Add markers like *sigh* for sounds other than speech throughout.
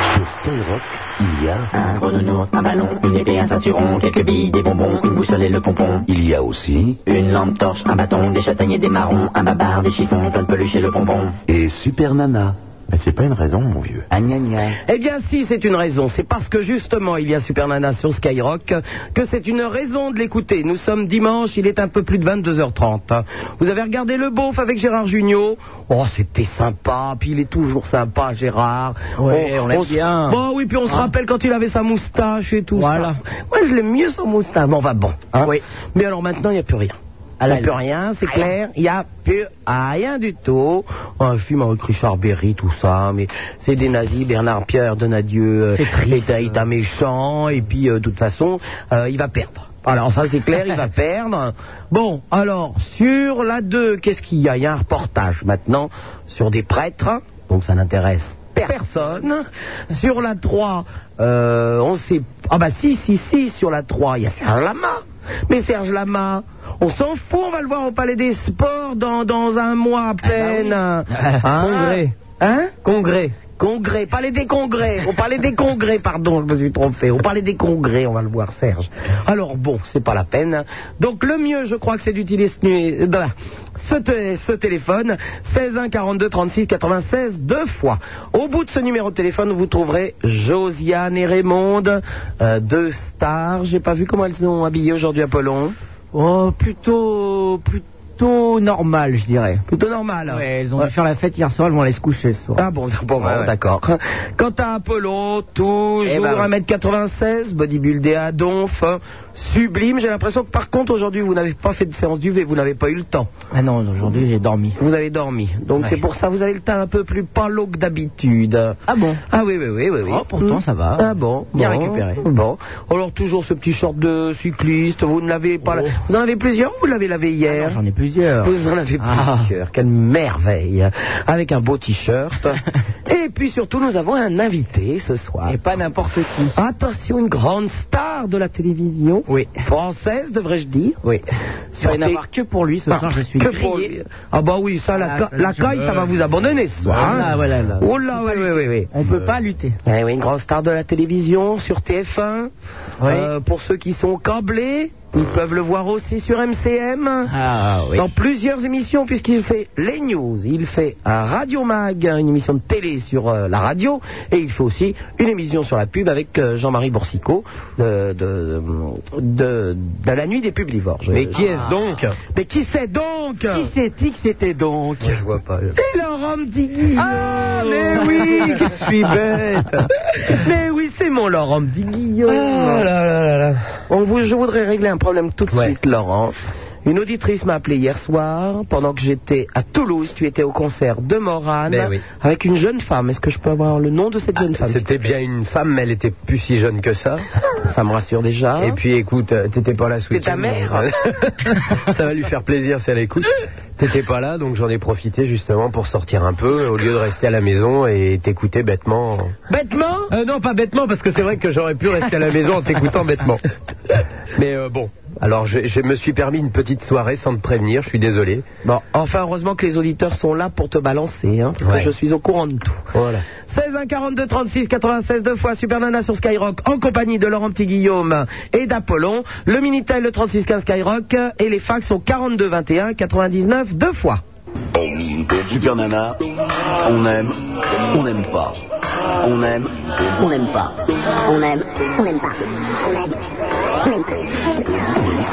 Skyrock, il y a... Un gros nounours, un ballon, une épée, un ceinturon, quelques billes, des bonbons, une boussole et le pompon. Il y a aussi... Une lampe torche, un bâton, des châtaigniers, des marrons, un babar, des chiffons, plein de peluches et le bonbon. Et Super Nana. Mais c'est pas une raison, mon vieux. Ah, gna, gna. Eh bien, si, c'est une raison. C'est parce que justement, il y a Super Nana sur Skyrock que c'est une raison de l'écouter. Nous sommes dimanche, il est un peu plus de 22h30. Vous avez regardé Le Beauf avec Gérard Jugnot Oh, c'était sympa. Puis il est toujours sympa, Gérard. Ouais, on l'aime se- bien. Bon, oui, puis on se rappelle quand il avait sa moustache et tout Ah. Voilà. ça. Moi, je l'aime mieux son moustache. Bon, on va bon. hein. Oui. Mais alors maintenant, il n'y a plus rien. Il n'y a là, plus là. rien, c'est clair. Il n'y a plus rien du tout. Oh, Un film avec Richard Berry, tout ça, mais c'est des nazis. Bernard Pierre, Donadieu, euh, C'est triste. est, un- est un méchant. Et puis, euh, de toute façon, euh, il va perdre. Alors ça, c'est clair, *laughs* il va perdre. Bon, alors, sur la 2, qu'est-ce qu'il y a Il y a un reportage maintenant sur des prêtres, donc ça n'intéresse personne. Sur la 3, euh, on sait... Ah bah si, si, si, sur la 3, il y a Serge Lama. Mais Serge Lama, on s'en fout, on va le voir au Palais des Sports dans, dans un mois à peine. Hein Congrès. Hein Congrès. Congrès, palais des congrès, au palais des congrès, pardon, je me suis trompé, au palais des congrès, on va le voir, Serge. Alors bon, c'est pas la peine. Donc le mieux, je crois que c'est d'utiliser ce nu- euh, bah, ce, té- ce téléphone, 16 1 42 36 96, deux fois. Au bout de ce numéro de téléphone, vous trouverez Josiane et Raymond, euh, deux stars. J'ai pas vu comment elles sont habillées aujourd'hui, Apollon. Oh, plutôt, plutôt normal, je dirais. Plutôt normal. Ouais, elles ont dû faire la fête hier soir, elles vont aller se coucher ce soir. Ah bon, bon, bon, Ouais, ouais. d'accord. Quant à Apollo, toujours Eh ben, 1m96, bodybuildé à donf, hein, sublime. J'ai l'impression que par contre aujourd'hui vous n'avez pas fait de séance d'UV, vous n'avez pas eu le temps. Ah non, aujourd'hui j'ai dormi. Vous avez dormi. Donc Ouais. c'est pour ça que vous avez le teint un peu plus palo que d'habitude. Ah bon Ah oui, oui, oui, oui. oui. Oh, pourtant, ça va. Ah bon Bien bon, récupéré. Bon. Alors toujours ce petit short de cycliste, vous ne l'avez pas... la- Vous en avez plusieurs ou vous l'avez lavé hier Oh. Ah J'en ai plusieurs. vous en avez Ah. plusieurs, quelle merveille Avec un *laughs* beau t-shirt. Et puis surtout, nous avons un invité ce soir. Et pas n'importe qui. Attention, une grande star de la télévision. Oui. Française, devrais-je dire. Oui. Sur Sur tes- n'avoir que pour lui ce Ah, soir, je suis que grillé. pour lui. Ah bah oui, ça, la, Ah, ca- ça, la je caille, veux. ça va vous abandonner ce soir. Voilà, hein. voilà, là. Oh là, oui, oui, oui, oui. On peut pas lutter. Eh oui, une grande star de la télévision sur TF1. Oui. Euh, pour ceux qui sont câblés, ils peuvent le voir aussi sur MCM Ah dans plusieurs émissions, puisqu'il fait les news, il fait un Radio Mag, une émission de télé sur euh, la radio, et il fait aussi une émission sur la pub avec euh, Jean-Marie Boursicot de, de, de- de la nuit des publivores. Je- Mais qui est-ce donc Mais qui c'est donc Qui c'est qui que c'était donc Je vois pas. C'est Laurent Petit Guillot. Ah, mais oui, *laughs* que je suis bête. Mais oui, c'est mon Laurent Petit Ah, Guillot. On vous- je voudrais régler un problème tout de suite, Laurent. Une auditrice m'a appelé hier soir, pendant que j'étais à Toulouse, tu étais au concert de Morane, Mais Ben oui. Ah, avec une jeune femme. Est-ce que je peux avoir le nom de cette jeune femme C'était bien une femme, mais elle était plus si jeune que ça. Ça me rassure déjà. Et puis écoute, euh, t'étais pas là ce C'est ta week-end. hein. mère *laughs* Ça va lui faire plaisir si elle écoute. T'étais pas là, donc j'en ai profité justement pour sortir un peu, au lieu de rester à la maison et t'écouter bêtement. Bêtement Euh, non, pas bêtement, parce que c'est vrai que j'aurais pu rester à la maison en t'écoutant bêtement. Mais euh, bon, alors je, je me suis permis une petite soirée sans te prévenir, je suis désolé. Bon, enfin, heureusement que les auditeurs sont là pour te balancer, hein, parce Ouais. que je suis au courant de tout. Voilà. 16 1 42 36 96 deux fois Super Nana sur Skyrock en compagnie de Laurent Petit Guillaume et d'Apollon. Le Minitel le 36 15 Skyrock et les fax sont 42 21 99 deux fois. Super Nana, on aime, on n'aime pas. On aime, On n'aime pas. On aime. On n'aime pas. On aime. On n'aime pas.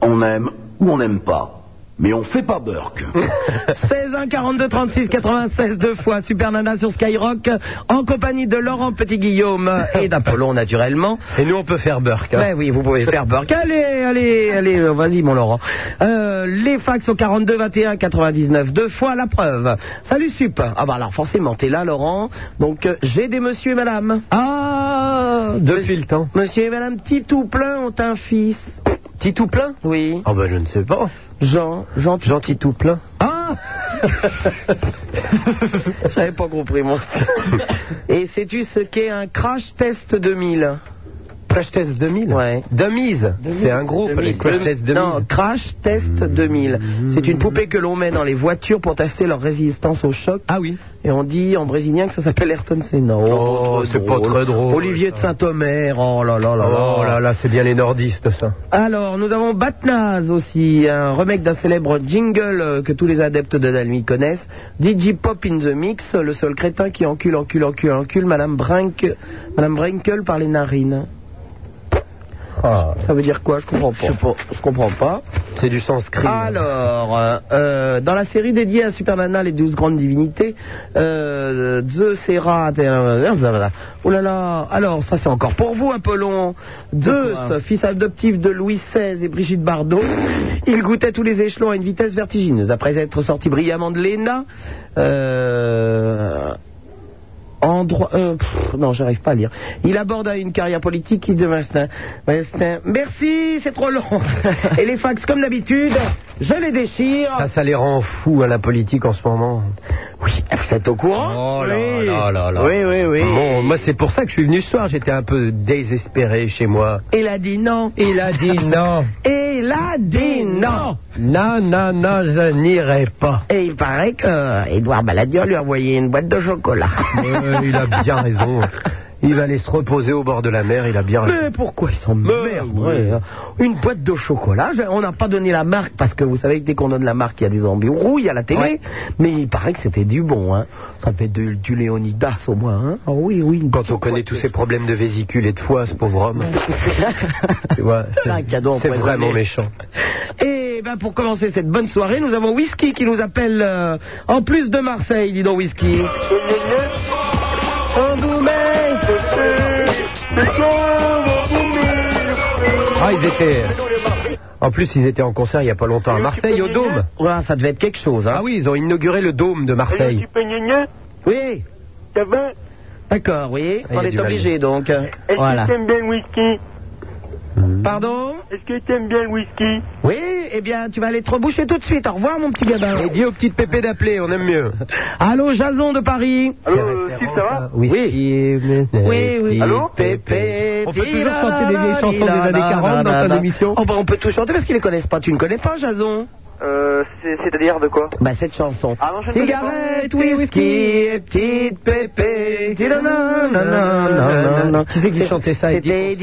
on aime ou on n'aime pas. Mais on fait pas Burke. 16 1 42 36 96 deux fois Super Nana sur Skyrock en compagnie de Laurent Petit Guillaume et d'Apollon naturellement. Et nous, on peut faire Burke. hein. Ben oui, vous pouvez faire Burke. Allez, allez, allez, euh, vas-y mon Laurent. Euh, les fax au 42 21 99 deux fois la preuve. Salut Sup. Ah bah alors forcément t'es là Laurent. Donc euh, j'ai des monsieur et madame. Ah Depuis le temps. Monsieur et madame Titou plein ont un fils. Titou plein Oui. Oh ben je ne sais pas. Jean, Jean. Jean Titou plein. Ah *laughs* J'avais *laughs* pas compris moi. Et sais-tu ce qu'est un crash test 2000 Crash Test 2000 Ouais. Dummies, c'est un groupe, les Crash Test 2000. Non, Crash Test 2000. C'est une poupée que l'on met dans les voitures pour tester leur résistance au choc. Ah oui. Et on dit en brésilien que ça s'appelle Ayrton Senna. Oh, trop c'est pas très drôle, Olivier de ça. Saint-Omer, oh là là là là. Oh là là, c'est bien les nordistes ça. Alors, nous avons Batnaz aussi, un remake d'un célèbre jingle euh, que tous les adeptes de la nuit connaissent. DJ Pop in the Mix, le seul crétin qui encule, encule, encule, encule Madame, Brink, Madame Brinkel par les narines. Ah, Ça veut dire quoi Je comprends pas. Je, comprends pas. c'est du sanskrit. Alors, euh, euh, dans la série dédiée à Supernana, les douze grandes divinités, euh, Zeus, Hera, oh là là, alors ça c'est encore pour vous un peu long. Zeus, fils adoptif de Louis XVI et Brigitte Bardot, il goûtait tous les échelons à une vitesse vertigineuse. Après être sorti brillamment de l'ENA, euh, Endroit. euh, pff, non, j'arrive pas à lire. Il aborda une carrière politique qui devint. Merci, c'est *laughs* trop long. Et les fax, comme d'habitude, je les déchire. Ça, ça les rend fous à la politique en ce moment. oui, vous êtes au courant Oh là Oui. là là là. Oui, oui, oui. Bon, moi c'est pour ça que je suis venu ce soir, j'étais un peu désespéré chez moi. Il a dit non. Il a dit non. *laughs* Il a dit non. Non, non, non, je n'irai pas. Et il paraît que euh, Édouard Balladur lui a envoyé une boîte de chocolat. Euh, il a bien raison. Il va aller se reposer au bord de la mer, il a bien raison. Mais pourquoi ils sont merdés Une boîte de chocolat, je- on n'a pas donné la marque parce que vous savez que dès qu'on donne la marque, il y a des ambitions rouilles à la télé. Mais il paraît que c'était du bon, hein. Ça fait du, du Léonidas au moins, hein. Ah oui, oui. une Quand petite on connaît boîte tous de- ces problèmes de vésicules et de foie, ce pauvre *laughs* homme, tu vois, C'est un cadeau c'est empoisonné. vraiment méchant. Et ben pour commencer cette bonne soirée, nous avons Whisky qui nous appelle euh, en plus de Marseille, dis donc Whisky. Ah, ils étaient. En plus, ils étaient en concert il n'y a pas longtemps à Marseille, au Dôme. Ouais, ça devait être quelque chose, hein. Ah oui, ils ont inauguré le Dôme de Marseille. Oui. Ça va D'accord, oui. Ah, il y a on du est mal. obligé donc. Est-ce Voilà. que t'aimes bien le whisky Pardon Est-ce que t'aimes bien le whisky Oui, eh bien, tu vas aller te reboucher tout de suite. Au revoir, mon petit gamin. Et dis aux petites pépées d'appeler, on aime mieux. Allô, Jason de Paris. Allô, euh, Steve, ça va Oui. Oui, oui. Allô Pépé. On peut toujours Tila, chanter des vieilles la, chansons des la, années la, 40 la, dans la, ton la. émission. Oh, bah, on peut tout chanter parce qu'ils les connaissent pas. Tu ne connais pas, Jason Euh, c'est- c'est-à-dire de quoi bah, cette chanson. Ah non, je ne connais pas. Cigarette, whisky et petite pépé. Tila, na, na, na, na, na. Qui c'est qui chantait ça, Eddie C'était Eddie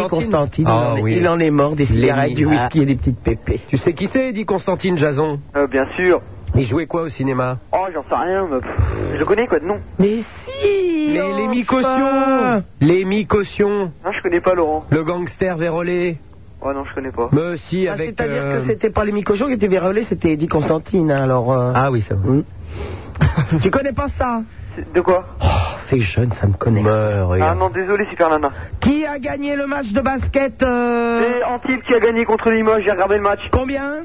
Constantine. Constantine Ah, il, en est- oui. il en est mort des cigarettes, Lénine. du whisky et des petites pépées. Tu sais qui c'est, dit Constantine Jason euh, Bien sûr. Il jouait quoi au cinéma Oh, j'en sais rien. mais pff, je le connais quoi de nom Mais si Les, les enfin. Ah, mi-cautions Les mi-cautions Non, je connais pas Laurent. Le gangster vérolé Oh non, je connais pas. Mais si, Ah, avec... C'est-à-dire euh, que c'était pas les Micochons qui étaient vérolés, c'était Eddie Constantine, hein, alors... euh, Ah oui, ça va. hmm. tu connais pas ça C'est- De quoi Oh, c'est jeune, ça me connaît. Meurs, Ah regarde. non, désolé, Super Nana. Qui a gagné le match de basket euh, C'est Antibes qui a gagné contre Limoges, j'ai regardé le match. Combien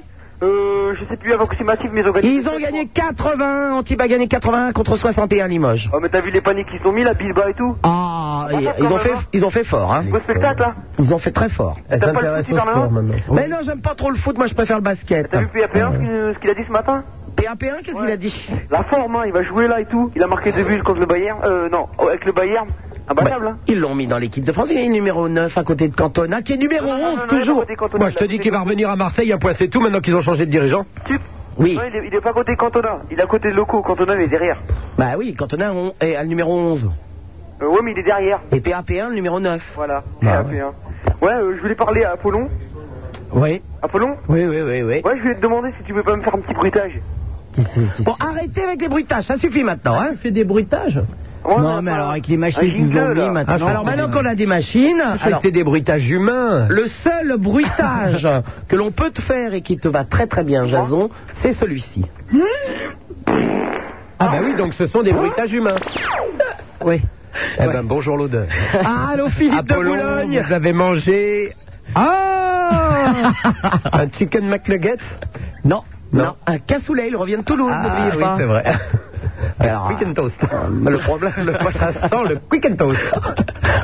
Euh, je sais plus, approximatif, mais ils ont gagné. Ils ont gagné 80, Antibes a gagné 81 contre 61 Limoges. Oh, mais t'as vu les paniques qu'ils ont mis, la Bilba et tout Ah, Bon, et- ça, ils, quand ont même, fait, hein. ils ont fait fort, hein. Beau spectacle, là Ils ont fait très fort. Elle T'as pas le s'intéresse foutu au par la sport main maintenant. Mais non, j'aime pas trop le foot, moi je préfère le basket. hein T'as vu PAP1 ce qu'il- ce qu'il a dit ce matin PAP1, qu'est-ce qu'il a dit La forme, hein, il va jouer là et tout. Il a marqué deux buts contre le Bayern. Euh, non, oh, avec le Bayern. Imbattable, Ouais. hein. Bah, Ils l'ont mis dans l'équipe de France, il est numéro 9 à côté de Cantona, qui est numéro Non, non, 11 non, non, il est toujours. pas côté Cantona, Moi, je il te est dis côté qu'il va revenir à Marseille, un point c'est tout, maintenant qu'ils ont changé de dirigeant. Tup. Oui. Non, il, est, il est pas côté Cantona. Il est à côté de Loco. Cantona, il est derrière. Bah oui, Cantona on- est à le numéro 11. Euh, ouais, mais il est derrière. Et PAP1, le numéro 9. Voilà. Bah, PAP, hein. ouais, euh, je voulais parler à Apollon. Oui. Apollon Oui, oui, oui, oui. Ouais, je voulais te demander si tu peux pas me faire un petit bruitage. Bon, arrêtez avec les bruitages, ça suffit maintenant. Hein. fait des bruitages Ouais, on Non, a mais pas alors euh, un- avec les un machines jingle, qu'ils ont mis là. maintenant. Ah, je alors comprends maintenant bien. qu'on a des machines, alors, C'était des bruitages humains. le seul *laughs* bruitage que l'on peut te faire et qui te va très très bien, Jason, c'est celui-ci. Ah bah oui, donc ce sont des bruitages humains. Hein Oui. Eh ben, bonjour l'odeur. Ah, allô, Philippe Apollon, de Boulogne vous avez mangé... Ah *laughs* Un chicken McNugget Non, Non. non, un cassoulet, ils reviennent de Toulouse, *laughs* Ah n'oubliez oui, pas. *laughs* c'est vrai. Alors, quick and toast. euh, le problème, le- ça sent *laughs* le quick and *laughs* toast.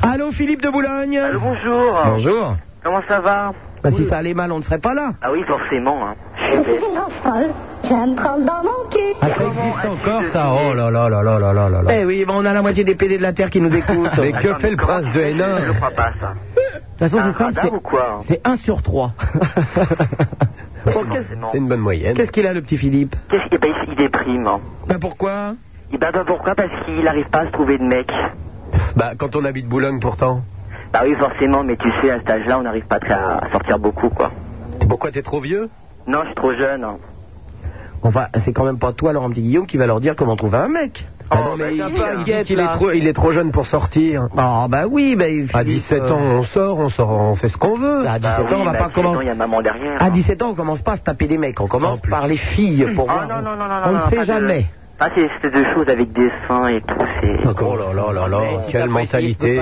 Allô, Philippe de Boulogne Allô, Euh, bonjour. Bonjour. Comment ça va Bah, Si ça allait mal, on ne serait pas là. Ah oui, forcément. Hein. Je suis une grosse folle. Je vais me prendre dans mon cul. Ah, ça existe encore ça Oh là là là là là là là là. Eh oui, bah, on a la moitié des PD de la Terre qui nous écoutent. Mais que fait le prince de Hénin crois pas ça. De toute façon, Un c'est simple, radar c'est- ou quoi c'est 1 sur *laughs* 3. Bah, Bon, qu'est-ce- C'est une bonne moyenne. Qu'est-ce qu'il a, le petit Philippe qu'est-ce qu'il- eh ben, il déprime. Bah, Ben pourquoi Et bah, bah pourquoi Parce qu'il n'arrive pas à se trouver de mec. Bah, quand on habite Boulogne, pourtant. Bah oui, forcément, mais tu sais, à cet âge-là, on n'arrive pas très à à sortir beaucoup, quoi. Pourquoi t'es trop vieux Non, je suis trop jeune. hein. Enfin, c'est quand même pas toi, Laurent Petit Guillaume, qui va leur dire comment trouver un mec. Ah non, bah, mais il, il dit qu'il est trop, il est trop jeune pour sortir. Ah bah oui, ben il À Philippe, 17 euh, Ah, ans, on sort, on sort, on fait ce qu'on veut. À 17 Bah ans, oui, on va bah, pas sinon, commencer. il y a maman derrière. À 17 ans, on commence pas à se taper des mecs, on commence par les filles pour Ah voir. non, non, non, non, on non, ne pas sait de- jamais. Pas ces espèces de choses avec des seins et tout, c'est... Oh là là là là, quelle mentalité.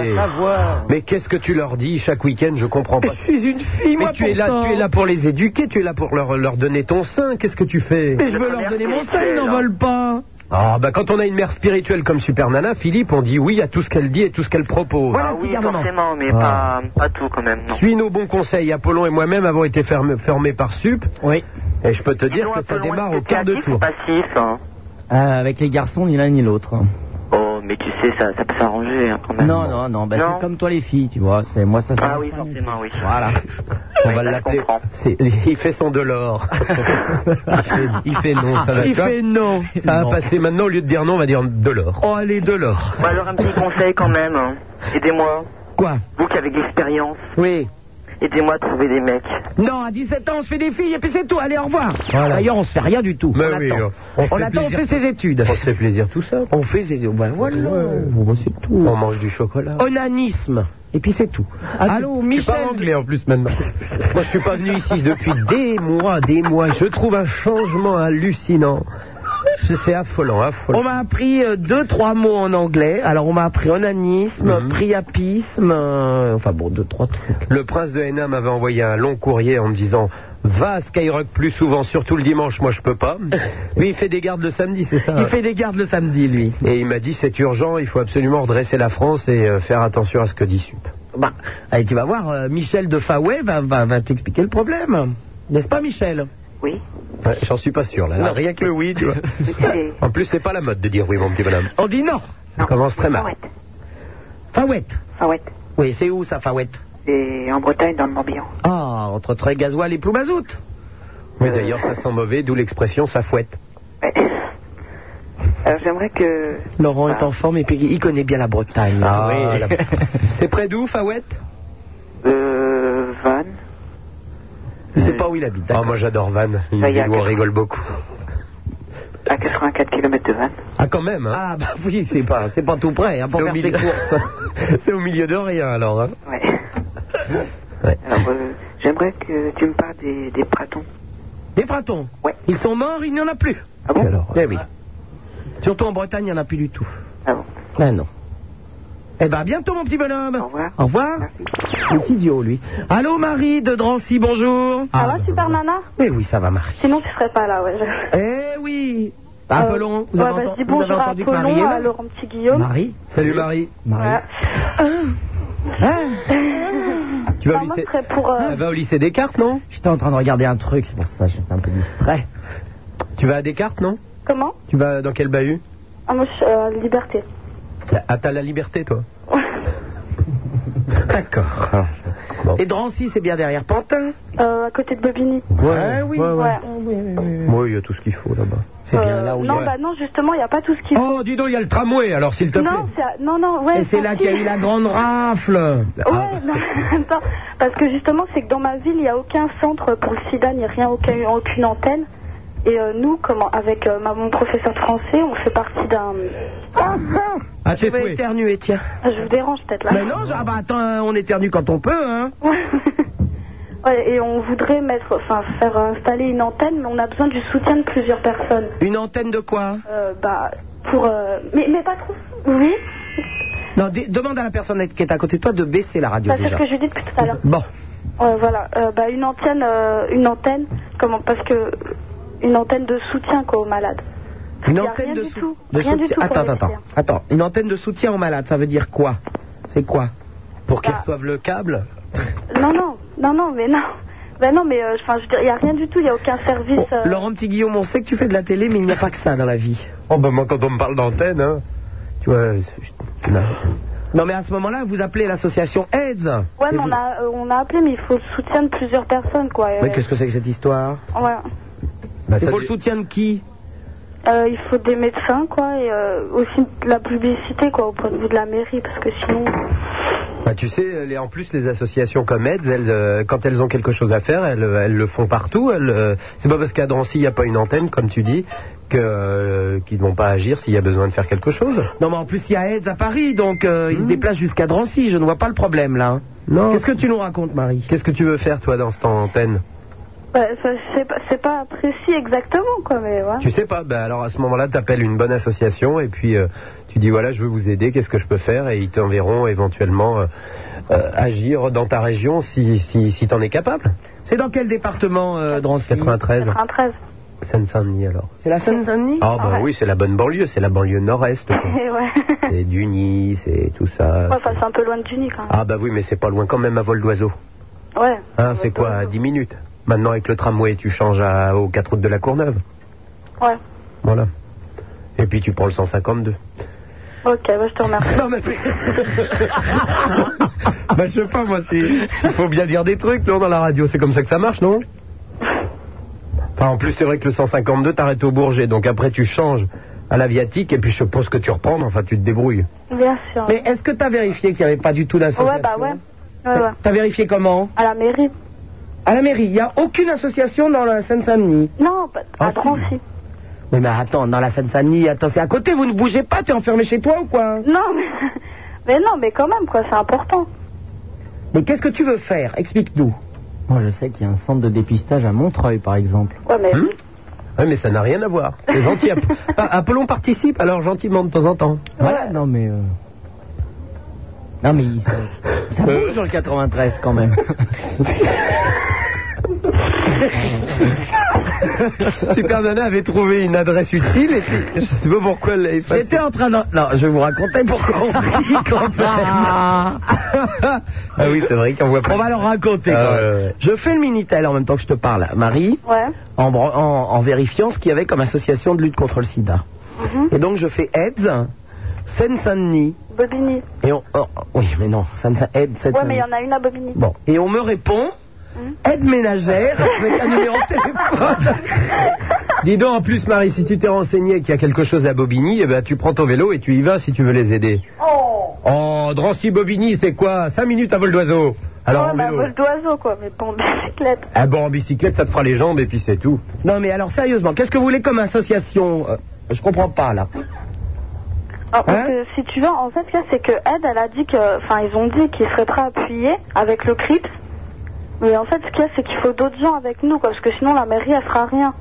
Mais qu'est-ce que tu leur dis chaque week-end Je comprends pas. suis une fille, Mais tu es là, tu es là pour les éduquer, tu es là pour leur, leur donner ton sein. Qu'est-ce que tu fais Mais je veux leur donner mon sein, ils n'en veulent pas. Ah bah quand on a une mère spirituelle comme Super Nana, Philippe, on dit oui à tout ce qu'elle dit et tout ce qu'elle propose. Voilà Ah un petit oui, garnement. forcément, mais pas, pas tout, quand même, non. Suis nos bons conseils. Apollon et moi-même avons été ferme- formés par Sup. Oui. Et je peux te dire Dis-donc, que ça Apollon, démarre est-ce au que t'es quart de actif ou tour. passif, hein Euh, avec les garçons, ni l'un ni l'autre. Oh, mais tu sais, ça, ça peut s'arranger, hein, quand Ah, même. Non, non, non, bah, Non. c'est comme toi les filles, tu vois. C'est moi ça. ça Ah passe oui, pas. forcément, oui. Voilà. On va là, je l'appeler. comprends. C'est- *laughs* Il fait son *laughs* Delors. il, fait, il fait non, ça va Il pas. fait non. Ça va passer maintenant, au lieu de dire non, on va dire Delors. Oh, allez, de l'or. Bon, alors, un petit conseil, quand même. hein. Aidez-moi. Quoi Vous qui avez de l'expérience, Oui. aidez-moi à trouver des mecs. Non, à 17 ans, on se fait des filles et puis c'est tout. Allez, au revoir. Voilà. D'ailleurs, on se fait rien du tout. Mais on oui, attend, on se on, fait attend, on plaisir. fait ses études. On se fait plaisir tout ça. On fait ses études. Ben voilà. Bon, ben, c'est tout. On mange du chocolat. Onanisme. Et puis c'est tout. Allô, Michel. en plus maintenant. *laughs* Moi, je suis pas venu ici depuis des mois, des mois. Je trouve un changement hallucinant. C'est- C'est affolant, On affolant. m'a appris euh, deux, trois mots en anglais. Alors, on m'a appris onanisme, priapisme, euh, enfin bon, deux, trois trucs. Le prince de Hénin m'avait envoyé un long courrier en me disant Va à Skyrock plus souvent, surtout le dimanche, moi je peux *laughs* pas. Lui, il fait des gardes le samedi, c'est ça Il fait des gardes le samedi, lui. Et il m'a dit C'est urgent, il faut absolument redresser la France et euh, faire attention à ce que dit Sup. Bah, allez, tu vas voir, euh, Michel de Faouet va, va, va t'expliquer le problème. N'est-ce pas, Michel Oui Ouais, J'en suis pas sûr là. Rien que le oui, tu vois. C'est- *laughs* En plus, c'est pas la mode de dire oui, mon petit bonhomme. On dit non. Ça commence très mal. Fouette, Faouette. fouette. Oui, c'est où ça, Faouette Et en Bretagne, dans le Morbihan. Ah, entre Trégasoil et Ploumazout. Mais d'ailleurs, ça sent mauvais, d'où l'expression ça fouette. Ouais. *laughs* Alors j'aimerais que. Laurent est en forme et puis il connaît bien la Bretagne. Ah, la- *laughs* C'est près d'où, Fawette Euh. Van. C'est pas où il habite. Ah, d'accord. moi j'adore Vannes, une Bah, y a ville où on quatre- rigole beaucoup. À 84 km de Van. Ah, quand même, hein Ah bah oui, c'est pas, c'est pas tout près hein, pour C'est au faire ses milieu- courses. C'est au milieu de rien alors. hein. Ouais. *laughs* Ouais. Alors euh, j'aimerais que tu me parles des, des pratons. Des pratons Ouais. Ils sont morts, il n'y en a plus. Ah bon Alors, Eh oui. Surtout en Bretagne, il n'y en a plus du tout. Ah bon. Ah non. Eh ben, à bientôt, mon petit bonhomme. Au revoir. Au revoir. Le petit idiot, lui. Allô, Marie de Drancy, bonjour. Ah. Ça va, super nana Eh oui, ça va, Marie. Sinon, tu serais pas là, ouais. je- Eh oui. Apollon, vous ouais, avez, bah, enten- je dis vous avez bonjour entendu à que Marie Apollon, est à là Laurent Petit Guillaume. Marie Salut Marie. Marie. Voilà. Tu vas Non, au moi, lycée... je serais pour. euh, Ah, Elle va au lycée Descartes, non J'étais en train de regarder un truc, c'est pour ça que j'étais un peu distrait. Tu vas à Descartes, non Comment Tu vas dans quel bahut Ah, moi, je suis euh, Liberté. Ah, t'as la liberté, toi D'accord. Bon. Eh Et Drancy, c'est bien derrière Pantin. Euh, à côté de Bobigny. ben Ouais, oui. ouais, ouais. Ouais. Moi, il y a tout ce qu'il faut là-bas. C'est Ah Eh bien Euh, là où il y Non, a- bah non, justement, il n'y a pas tout ce qu'il faut. Oh, dis donc, il y a le tramway, alors s'il te plaît. non, c'est à- non, non, ouais. Et c'est là si. qu'il y a eu la Ah. grande rafle. Ouais, non, *laughs* attends, parce que justement, c'est que dans ma ville, il n'y a aucun centre pour le sida, ni rien, aucun- aucune antenne. Et euh, nous, comment, avec euh, ma, mon professeur de français, on fait partie d'un. À tes Je vais souhaits. éternuer, tiens. Ah, Je vous dérange peut-être là. Mais non, ah bah attends, euh, on éternue quand on peut, hein. Ouais. *laughs* Ouais, et on voudrait mettre, enfin, faire installer une antenne, mais on a besoin du soutien de plusieurs personnes. Une antenne de quoi Euh, bah, pour. euh, Mais, mais pas trop. Oui, Non, dé- demande à la personne qui est à côté de toi de baisser la radio bah, c'est ce déjà. que je lui dis depuis tout à l'heure. Bon, Ouais, voilà, Euh, bah, une antenne, euh, une antenne, comment Parce que. Une antenne de soutien, quoi, aux malades. une Il y a antenne rien de, du sou- tout. de Rien du soutien. tout pour attends, les attends, soutiens. attends. Une antenne de soutien aux malades, ça veut dire quoi C'est quoi Pour qu'ils Bah. reçoivent le câble Non, non, non, non, mais non. Ben non, mais euh, enfin, je veux dire, il n'y a rien du tout, il n'y a aucun service. Bon, euh, Oh, Laurent Petit Guillaume, on sait que tu fais de la télé, mais il n'y a pas que ça dans la vie. Oh, bah, moi, quand on me parle d'antenne, hein, tu vois, c'est- je- non. Non, mais à ce moment-là, vous appelez l'association AIDS. Ouais, Et mais on vous- a, euh, on a appelé, mais il faut le soutien de plusieurs personnes, quoi. euh, Mais qu'est-ce que c'est que cette histoire ouais. Il faut le soutien de qui Euh, il faut des médecins, quoi, et euh, aussi de la publicité, quoi, au point de vue de la mairie, parce que sinon. Bah, tu sais, les- en plus, les associations comme AIDS, elles, euh, quand elles ont quelque chose à faire, elles, euh, elles le font partout. Elles, euh, c'est pas parce qu'à Drancy, il n'y a pas une antenne, comme tu dis, que, euh, qu'ils ne vont pas agir s'il y a besoin de faire quelque chose. Non, mais en plus, il y a AIDS à Paris, donc euh, ils se déplacent jusqu'à Drancy. Je ne vois pas le problème, là. Non. Qu'est-ce que tu nous racontes, Marie Qu'est-ce que tu veux faire, toi, dans cette antenne Ouais, bah, ça, c'est pas, c'est pas précis exactement, quoi, mais ouais. Tu sais pas, bah, alors à ce moment-là, tu appelles une bonne association et puis euh, tu dis voilà, je veux vous aider, qu'est-ce que je peux faire Et ils t'enverront éventuellement euh, euh, agir dans ta région si, si, si tu en es capable. C'est dans quel département, euh, Drancy 93, 93. Seine-Saint-Denis alors. C'est la Seine-Saint-Denis Ah bah oui, c'est la bonne banlieue, c'est la banlieue nord-est. quoi. Et ouais. ouais, C'est Duny, c'est tout ça. enfin, c'est un peu loin de Juni, quand même. Ah bah oui, mais c'est pas loin quand même à vol d'oiseau. Ouais. Hein, c'est quoi, à 10 minutes Maintenant avec le tramway, tu changes à, aux 4 routes de la Courneuve. Ouais. Voilà. Et puis tu prends le 152. Ok, bah, je te remercie. Non mais... bah je sais pas moi, c'est... Il faut bien dire des trucs, non, dans la radio. C'est comme ça que ça marche, non Enfin, en plus, c'est vrai que le 152, t'arrêtes au Bourget. Donc après, tu changes à la viatique et puis je suppose que tu reprends. mais Enfin, tu te débrouilles. Bien sûr. Mais est-ce que tu as vérifié qu'il n'y avait pas du tout d'association Ouais, bah, ouais. Ouais, ouais. Tu as vérifié comment À la mairie. À la mairie, il n'y a aucune association dans la Seine-Saint-Denis. Non, bah, à Ah, si. Drancy. Oui, mais attends, dans la Seine-Saint-Denis, attends, c'est à côté, vous ne bougez pas, t'es enfermé chez toi ou quoi hein Non, mais. *laughs* Mais non, mais quand même, quoi, c'est important. Mais qu'est-ce que tu veux faire Explique-nous. Moi, je sais qu'il y a un centre de dépistage à Montreuil, par exemple. Ouais, mais. Oui, mais ça n'a rien à voir. *laughs* *laughs* C'est gentil. Ap- Ah, Apollon participe, alors gentiment de temps en temps. Voilà, non, mais. euh, Non, mais il- ça, ça Euh. bouge dans le 93 quand même. *laughs* Super Nana avait trouvé une adresse utile et puis, je sais pas pourquoi elle l'a effacée. J'étais en train de... Non, je vais vous raconter pourquoi on *laughs* rit quand même. ah oui, c'est vrai qu'on voit pas. On va leur raconter. Ah, quand même. ouais, ouais. Je fais le Minitel en même temps que je te parle, Marie, Ouais. en, bran- en- en vérifiant ce qu'il y avait comme association de lutte contre le sida. Mhm. Et donc je fais AIDS, Seine-Saint-Denis, Bobigny. et on... oh, oui, mais non, Seine-Saint- AIDS, Ouais, mais il Seine-Saint-Denis. y en a une à Bobigny. Bon, Hein et on me répond, aide ménagère, avec un numéro de téléphone. Dis donc, en plus, Marie, si tu t'es renseigné qu'il y a quelque chose à Bobigny, eh ben, tu prends ton vélo et tu y vas si tu veux les aider. Oh Oh, Drancy-Bobigny, c'est quoi 5 minutes à vol d'oiseau. Alors Ouais, en bah, vélo. vol d'oiseau, quoi, mais pas en *laughs* bicyclette. Ah bon, en bicyclette, ça te fera les jambes et puis c'est tout. non, mais alors sérieusement, qu'est-ce que vous voulez comme association Euh, Je comprends pas là. Alors, Oh, parce Hein que, si tu veux, en fait, là, c'est que Ed, elle a dit que. Enfin, ils ont dit qu'ils seraient prêts à appuyer avec le CRIPS. Mais en fait, ce qu'il y a, c'est qu'il faut d'autres gens avec nous, quoi, parce que sinon, la mairie, elle fera rien.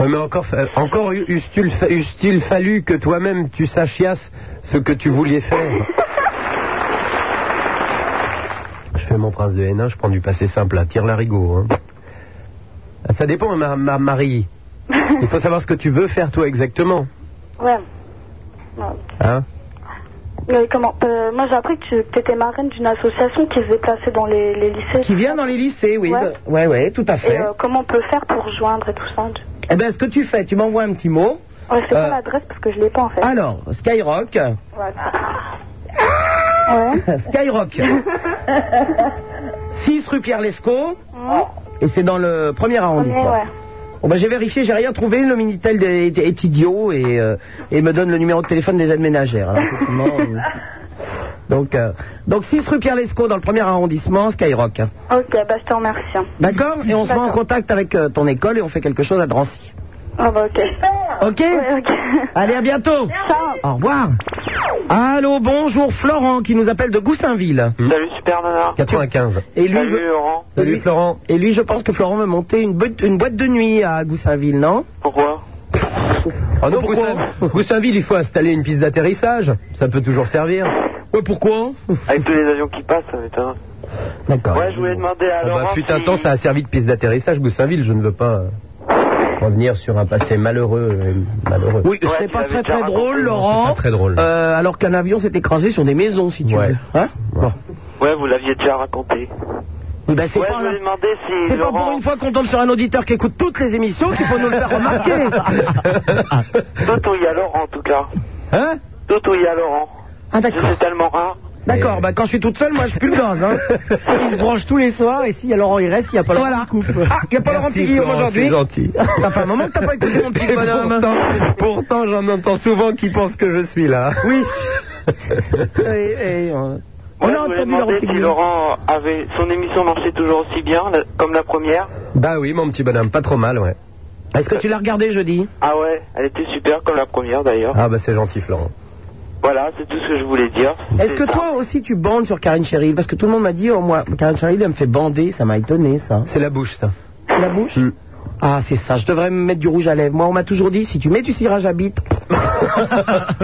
Ouais, mais encore, fa- encore eût-il fa- eût-il fallu que toi-même tu sachiasses ce que tu voulais faire Je fais mon prince de Hénin, je prends du passé simple, là. tire l'arigot. Hein. Ah, Ça dépend, ma, ma- *laughs* Marie. Il faut savoir ce que tu veux faire toi exactement. Ouais. Ouais. Hein Mais comment euh, Moi, j'ai appris que tu étais marraine d'une association qui se déplaçait dans les, les lycées. Qui vient dans les lycées, oui. Ouais. de- ouais, ouais, tout à Et fait. euh, comment on peut faire pour rejoindre et tout ça Eh bien, ce que tu fais, tu m'envoies un petit mot. Ouais, c'est Euh, quoi l'adresse Parce que je l'ai pas, en fait. Alors, Skyrock, Ouais. *laughs* Ouais. *laughs* Skyrock, 6 rue Pierre Lescaut, et c'est dans le premier Ouais, arrondissement. ouais. Bon, ben, j'ai vérifié, j'ai rien trouvé, le Minitel est, est idiot et, euh, et me donne le numéro de téléphone des aides ménagères. Alors, *laughs* effectivement, euh, donc, euh, donc 6 rue Pierre Lescaut dans le premier arrondissement, Skyrock. Ok, bah, je te remercie. D'accord Et on se met en D'accord. contact avec euh, ton école et on fait quelque chose à Drancy. Ah, bah, ok. Ok Ouais, ok. Allez, à bientôt *laughs* Ciao. Au revoir. Allô, bonjour Florent qui nous appelle de Goussainville. Salut Super Nana. 95. Et lui, Mm. Salut veut- Laurent. Salut lui- Florent. et lui, je pense que Florent veut monter une, bo- une boîte de nuit à Goussainville, non Pourquoi Oh non, Pourquoi *laughs* Goussainville, Goussainville, il faut installer une piste d'atterrissage. Ça peut toujours servir. Ouais, pourquoi Avec tous les avions qui passent, ça m'étonne. D'accord. Ouais, je voulais demander à Oh bah, Laurent. fut un si- temps, ça a servi de piste d'atterrissage, Goussainville. Je ne veux pas euh, revenir sur un passé malheureux. et malheureux. Oui, Ouais, ce n'est tu pas l'avais très déjà très raconté, drôle, non, Laurent. c'est pas très drôle. Euh, alors qu'un avion s'est écrasé sur des maisons, si tu Ouais. veux. Hein Bon. Ouais, vous l'aviez déjà raconté. Eh ben, c'est Ouais, pas je la- voulais demander si. c'est pas Laurent- pour une fois qu'on tombe sur un auditeur qui écoute toutes les *laughs* émissions qu'il faut nous le faire remarquer. Toto, il y a Laurent en tout cas. Hein Tout où il y a Laurent. Ah, d'accord. C'est tellement rare. D'accord, bah quand je suis toute seule, moi je pue le gaz. *laughs* Hein. Il se branche tous les soirs et si alors il reste, il n'y a pas Voilà. Laurent qui coupe. Ah, il n'y a pas Laurent Merci, Petit Guillaume Florent, c'est aujourd'hui. gentil. Ça fait un moment que t'as pas écouté mon petit *laughs* Et bonhomme. pourtant, pourtant, j'en entends souvent qui pensent que je suis *laughs* là. Oui. Et- et, euh, on a Moi, je voulais entendu Laurent demander Petit si Guillaume. Laurent avait son émission marchait toujours aussi bien la- comme la première. Bah oui, mon petit bonhomme, pas trop mal, ouais. Est-ce que tu l'as regardé jeudi Ah ouais, elle était super comme la première d'ailleurs. Ah bah c'est gentil, Florent. Voilà, c'est tout ce que je voulais dire. Est-ce C'est que ça. toi aussi tu bandes sur Karine Cheryl Parce que tout le monde m'a dit, oh moi, Karine Cheryl, elle me fait bander, ça m'a étonné ça. C'est la bouche, ça. C'est la bouche Mm. Ah, c'est ça, je devrais me mettre du rouge à lèvres. Moi, on m'a toujours dit, si tu mets du cirage à bite, ah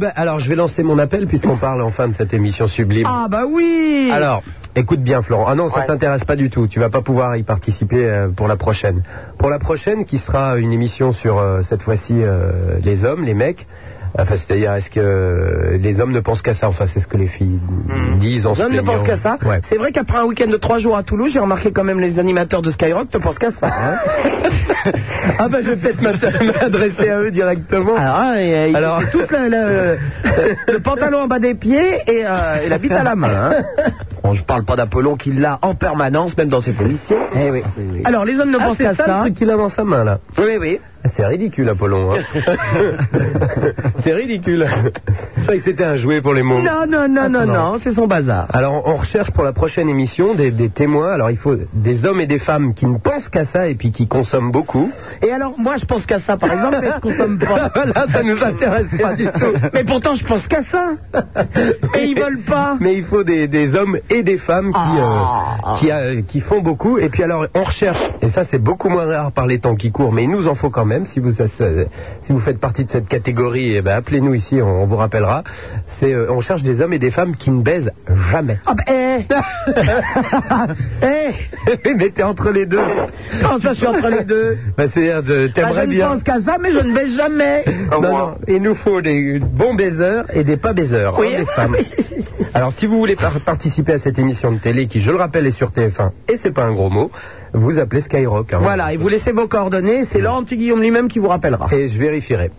bah alors, je vais lancer mon appel puisqu'on parle enfin de cette émission sublime. Ah bah oui Alors, écoute bien, Florent. Ah non, ça Ouais. t'intéresse pas du tout. Tu vas pas pouvoir y participer euh, pour la prochaine. Pour la prochaine, qui sera une émission sur euh, cette fois-ci euh, les hommes, les mecs. Enfin, c'est-à-dire, est-ce que euh, les hommes ne pensent qu'à ça Enfin, c'est ce que les filles disent en se Je Hmm. ne plaignant. pense qu'à ça. Ouais. C'est vrai qu'après un week-end de trois jours à Toulouse, j'ai remarqué quand même les animateurs de Skyrock ne pensent qu'à ça. hein. *laughs* Ah bah, je vais peut-être m'atta- m'adresser à eux directement. Alors, hein, et, euh, ils Alors- étaient tous le, le- le pantalon en bas des pieds et, euh, et la bite à la main. hein. Bon, je parle pas d'Apollon qui l'a en permanence, même dans ses émissions. *laughs* Alors, les hommes ne Ah, pensent c'est qu'à ça, ça. le truc qu'il a dans sa main, là. Ah, Oui, oui. C'est ridicule, Apollon. *laughs* hein. c'est ridicule. Je croyais que c'était un jouet pour les mômes. Non, non, non, non, marrant. non, c'est son bazar. Alors, on recherche pour la prochaine émission des, des témoins. Alors, il faut des hommes et des femmes qui ne pensent qu'à ça et puis qui consomment beaucoup. Et alors, moi, je pense qu'à ça, par exemple, mais je consomme *laughs* pas. Voilà, ça nous intéresse pas du tout. *laughs* Mais pourtant, je pense qu'à *laughs* ça. Et ils veulent pas. Mais il faut des, des hommes et des femmes qui, euh, qui, euh, qui font beaucoup. Et puis alors, on recherche, et ça c'est beaucoup moins rare par les temps qui courent, mais il nous en faut quand même. Si vous, ça, ça, si vous faites partie de cette catégorie, eh ben, appelez-nous ici, on, on vous rappellera. C'est, euh, on cherche des hommes et des femmes qui ne baisent jamais. *laughs* Ah, bah, eh. *laughs* Eh. mais t'es entre les deux. Comment ça, je suis entre les deux Bah, c'est-à-dire, de- Ah, Je t'aimerais ne bien. pense qu'à ça, mais je ne baisse jamais. Au Non, revoir. non, il nous faut des bons baiseurs et des pas baiseurs, Oui. hommes et femmes. Alors, si vous voulez par- participer à cette émission de télé, qui, je le rappelle, est sur TF1, et c'est pas un gros mot, vous appelez Skyrock. hein. Voilà, et vous laissez vos coordonnées, c'est Laurent Petit Guillaume lui-même qui vous rappellera. Et je vérifierai.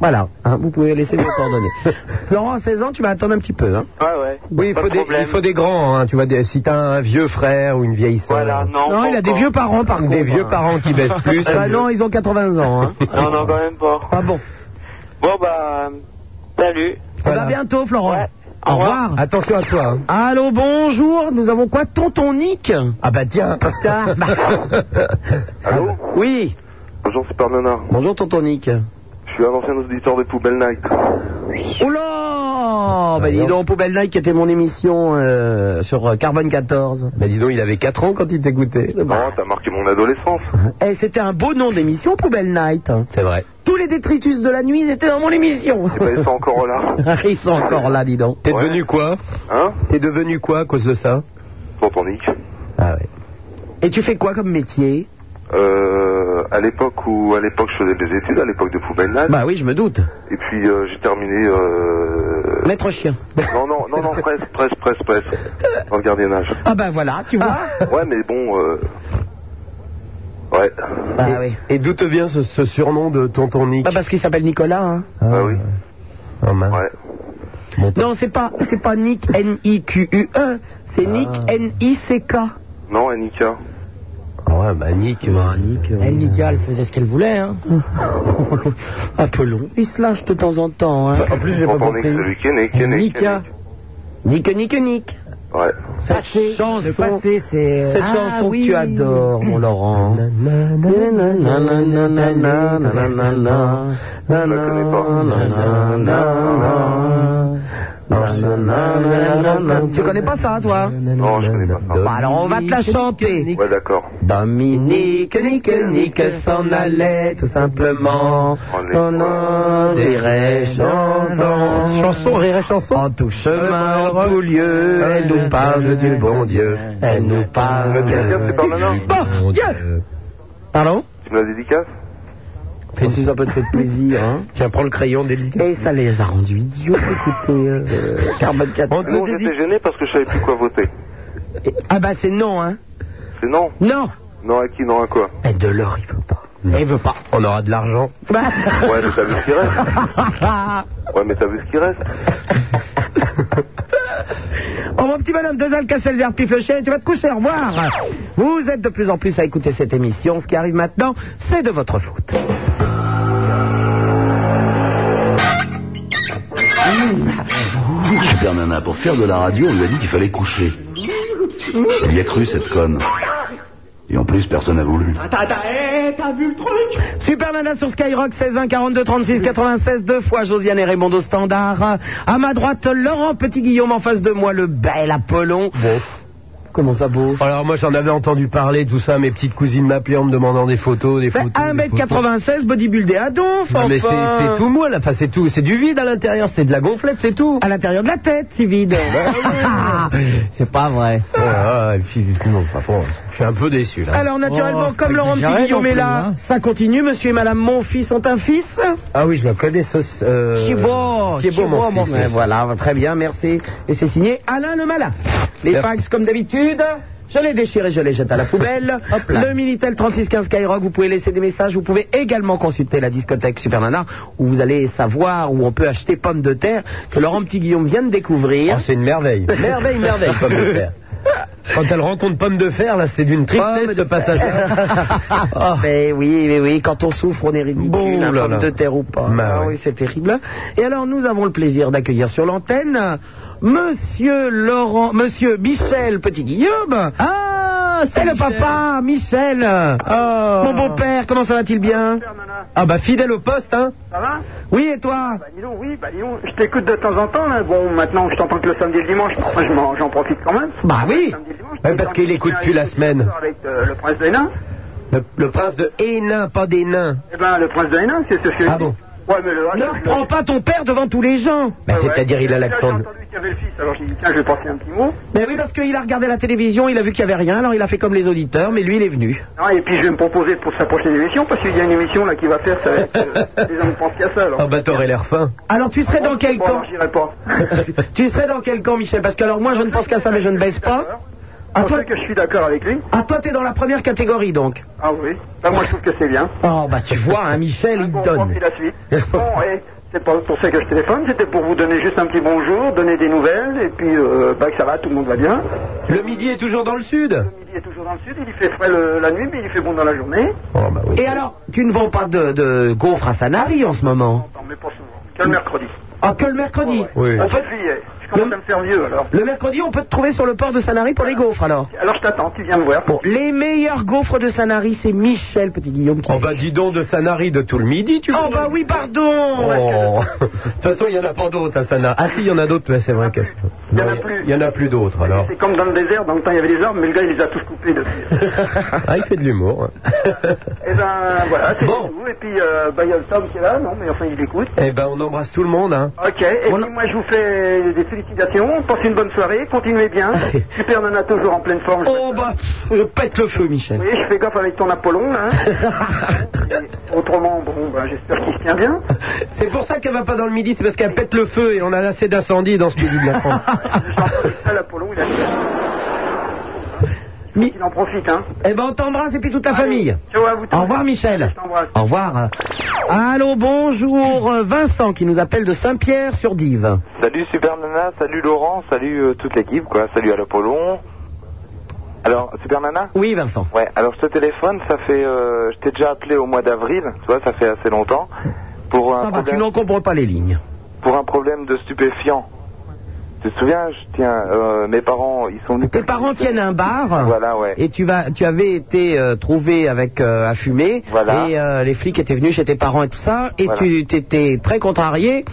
Voilà, hein, vous pouvez laisser vos coordonnées. *laughs* Laurent, 16 ans, tu vas attendre un petit peu. Hein. Ouais ouais. Oui, il Pas faut, de des, problème. il faut des grands, hein, tu vois, des- si t'as un vieux frère ou une vieille sœur. Voilà, non. Non, pas il a des encore. vieux parents par contre. Des vieux parents qui baissent plus. Ah *laughs* bah non, ils ont 80 ans. Hein. Non, non, quand même pas. Ah bon. Bon bah, salut. Voilà. À ben, bientôt, Florent. Ouais. Au Au revoir. Attention à toi. hein. Allô, bonjour. Nous avons quoi, tonton Nick Ah bah tiens. *laughs* Putain. Allô Oui. Bonjour, c'est Nana. Bonjour, tonton Nick. Je suis un ancien auditeur de Poubelle Night. Oula Bah dis donc, Poubelle Night qui était mon émission euh, sur euh, Carbone 14. Bah dis donc, il avait 4 ans quand il t'écoutait. Ah, t'as marqué mon adolescence. *laughs* Eh, c'était un beau nom d'émission, Poubelle Night. C'est vrai. Tous les détritus de la nuit ils étaient dans mon émission. Et ben, c'est encore là. *laughs* Ils sont encore là, dis donc. T'es Ouais. devenu quoi Hein T'es devenu quoi à cause de ça Dans ton nick. Ah ouais. Et tu fais quoi comme métier Euh, à l'époque où, à l'époque, je faisais des études, à l'époque de Poubelle Night. Bah oui, je me doute. Et puis, euh, j'ai terminé, euh... Maître chien. Non, non, non, non, presque, presque, presque, presque. Dans le gardiennage. Ah bah voilà, tu vois. Ouais, mais bon, euh... Ouais. Bah oui. Et d'où te vient ce, ce surnom de tonton Nick Bah parce qu'il s'appelle Nicolas. Hein. Bah oui. Oh mince. Ouais. Mon ton- Non, c'est pas c'est pas Nick N I Q U E, c'est Nick N I C K. Non, Annika. Ah ouais, bah euh, Nick. Elle, Lydia, elle faisait ce qu'elle voulait. *laughs* Hein. Apollon. Il se lâche de temps en temps. Hein. En plus, j'ai pas Tonton Nick, compris. celui qui est né, qui est né, qui est Nika. né. Nick Nick Nick. Ouais. Cette Le passé, c'est. Cette Ah, chanson oui. que tu Oh, adores, mon Laurent. Ah, Tu connais pas ça, toi Non, je connais pas ça. Bah alors on va te la chanter. Ouais, d'accord. Dominique, Nick, Nick s'en allait tout simplement. On en dirait chantant. Chanson, rire et chanson. En tout chemin, en tout lieu, elle nous parle du bon Dieu. Elle nous Tu parle me la dédicaces, c'est pas de... maintenant Bon Dieu Pardon Tu me la dédicaces Fais-nous un peu de plaisir, hein Tiens, prends le crayon délicat. Et ça les a rendus idiots, écoutez, euh, Carbone 4. Non, On te dit. j'étais gêné parce que je savais plus quoi voter. Ah bah c'est non, hein C'est non Non Non à qui, non à quoi Mais de l'or, il faut pas. Et il veut pas. On aura de l'argent. Bah, Ouais, mais t'as vu ce qui reste *laughs* Ouais, mais t'as vu ce qui reste Bah, Oh mon petit bonhomme, deux Alcacel vers pif le chien, et tu vas te coucher, au revoir. Vous êtes de plus en plus à écouter cette émission. Ce qui arrive maintenant, c'est de votre faute. Super Nana, pour faire de la radio, on lui a dit qu'il fallait coucher. Il y a cru, cette conne. Et en plus, personne n'a voulu. Super Nana sur Skyrock, 16 1 42 36 96, deux fois Josiane et Raymond au standard. À ma droite, Laurent Petit Guillaume, en face de moi, le bel Apollon. Comment ça beau Alors moi j'en avais entendu parler tout ça, mes petites cousines m'appelaient en me demandant des photos, des Fait photos. des photos. 1m96, bodybuildé à donf, Non, mais c'est- enfin. c'est tout moelle, enfin c'est tout, c'est du vide à l'intérieur, c'est de la gonflette, c'est tout. À l'intérieur de la tête, si vide. C'est pas vrai. Ouais, ouais, et puis, non, pas pour- je suis un peu déçu là. *laughs* Ah. Alors naturellement, Oh, comme c'est Laurent Petit exagéré Guillaume non est plus, là, hein. ça continue. Monsieur et Madame Monfils sont un fils. Ah oui, je le connais, ce. Euh... Euh, Thibaut, Thibaut, mon fils, Ouais, oui. Voilà, très bien, merci. Et c'est signé Alain Le Malin. Les Merci. fax, comme d'habitude. Je les déchire et je les jette à la *laughs* poubelle. Hop là. le Minitel 3615 Skyrock, vous pouvez laisser des messages. Vous pouvez également consulter la discothèque Super Nana, où vous allez savoir où on peut acheter pommes de terre que Laurent Petit Guillaume vient de Oh, découvrir. c'est une merveille. *laughs* Merveille, merveille, pomme de fer. Quand elle rencontre pomme de fer, là, c'est d'une tristesse Pomme de ce passage. *laughs* Ah. Mais oui, mais oui, quand on souffre, on est ridicule, Bon, oh hein, là, pomme là. de terre ou pas. Bah, Ah ouais. oui, c'est terrible. Et alors, nous avons le plaisir d'accueillir sur l'antenne Monsieur Laurent, Monsieur Michel Petit Guillaume. Ah, c'est le papa, Michel. Mon beau-père, comment ça va-t-il bien Ah bah fidèle au poste, hein Ça va Oui, et toi Bah dis donc, oui, bah dis donc, je t'écoute de temps en temps, là. Bon, maintenant, je t'entends que le samedi et le dimanche, moi, je m'en- j'en profite quand même. Bah oui. Samedi et le dimanche, Ouais, parce qu'il écoute plus la semaine. Avec euh, le prince de Hénin. le, le prince de Hénin, pas des nains. Eh ben, le prince de Hénin, c'est ce que je Ah bon Ouais, mais le... Ne prends pas ton père devant tous les gens. Bah, C'est-à-dire, il a l'accent. J'ai entendu qu'il y avait le fils, alors j'ai dit, tiens, je vais porter un petit mot. Mais Ben oui, parce qu'il a regardé la télévision, il a vu qu'il y avait rien, alors il a fait comme les auditeurs, mais lui, il est venu. Ah, et puis je vais me proposer pour sa prochaine émission, parce qu'il y a une émission là qui va faire, ça va être. euh, les gens ne pensent qu'à ça alors. Ah bah t'aurais l'air fin. Alors, tu serais dans quel bon, camp *laughs* alors, j'irai pas. Tu serais dans quel camp, Michel Parce que alors moi, je ne pense qu'à ça, mais je ne baisse pas. Ah, Pour toi- ceux que je suis d'accord avec lui. Ah, toi, t'es dans la première catégorie, donc. Ah oui. Bah, moi je trouve que c'est bien. Ah, Oh, bah tu vois, hein, Michel, il Bon, donne. on fait la *laughs* suite. Bon, et c'est pas pour ça que je téléphone, c'était pour vous donner juste un petit bonjour, donner des nouvelles, et puis euh, bah, que ça va, tout le monde va bien. Le midi est toujours dans le sud Le midi est toujours dans le sud, il fait frais le- la nuit, mais il fait bon dans la journée. Oh bah oui. Et alors, tu ne vends pas de, de gaufres à Sanary en ce moment Non, mais pas souvent. Que le mercredi. Ah, que le mercredi Oui. En fait, juillet. Je commence à me faire vieux alors. Le mercredi, on peut te trouver sur le port de Sanary pour les gaufres, alors Alors je t'attends, tu viens me voir. Oh. Bon, les meilleurs gaufres de Sanary, c'est Michel Petit Guillaume qui. Oh bah dis donc, de Sanary de tout le midi, tu Oh, vois. bah oui, pardon Oh. De toute façon, il n'y en a pas d'autres à Sanary. Ah si, il y en a d'autres, mais c'est vrai qu'est-ce que... Il y en a Non, plus. Il y en a plus d'autres, *laughs* alors. C'est comme dans le désert, dans le temps il y avait des arbres, mais le gars il les a tous *laughs* coupés depuis. Ah, il fait de l'humour. hein. *laughs* et ben voilà, c'est Bon. tout. Et puis euh, bah, il y a le Tom qui est là, non mais enfin il écoute. Eh ben, on embrasse tout le monde, hein. Ok, et puis moi je vous fais des félicitations, passez une bonne soirée, *laughs* continuez bien. Super Nana toujours en pleine forme. Oh, bah, pff, je pète le feu, Michel. Oui, je fais gaffe avec ton *laughs* Apollon, là, hein. Et Autrement, bon, ben, j'espère qu'il se *laughs* tient bien. C'est pour ça qu'elle va pas dans le midi, c'est parce qu'elle pète le feu et on a assez d'incendies dans ce midi de la France. J'entends ça, l'Apollon, il a Mi- Il en profite, hein. Eh ben, on t'embrasse et puis toute ta famille. Ciao à vous tous. Au revoir, Michel. Je t'embrasse. Au revoir. Allô, bonjour. euh, Vincent qui nous appelle de Saint-Pierre sur Dive. Salut Super Nana, salut Laurent, salut euh, toute l'équipe, quoi. Salut à l'Apollon. Alors, Super Nana Oui, Vincent. Ouais, alors ce téléphone, ça fait. euh, je t'ai déjà appelé au mois d'avril, tu vois, ça fait assez longtemps. Pour un, Ah, Ça va, tu problème, n'encombres pas les lignes. pour un problème de stupéfiant. Tu te souviens, je tiens, euh, mes parents, ils sont venus- Tes parents tiennent un bar. Voilà, ouais. Et tu, vas, tu avais été euh, trouvé avec euh, à fumer. Voilà. Et euh, les flics étaient venus chez tes parents et tout ça. Et Voilà. tu t'étais très contrarié.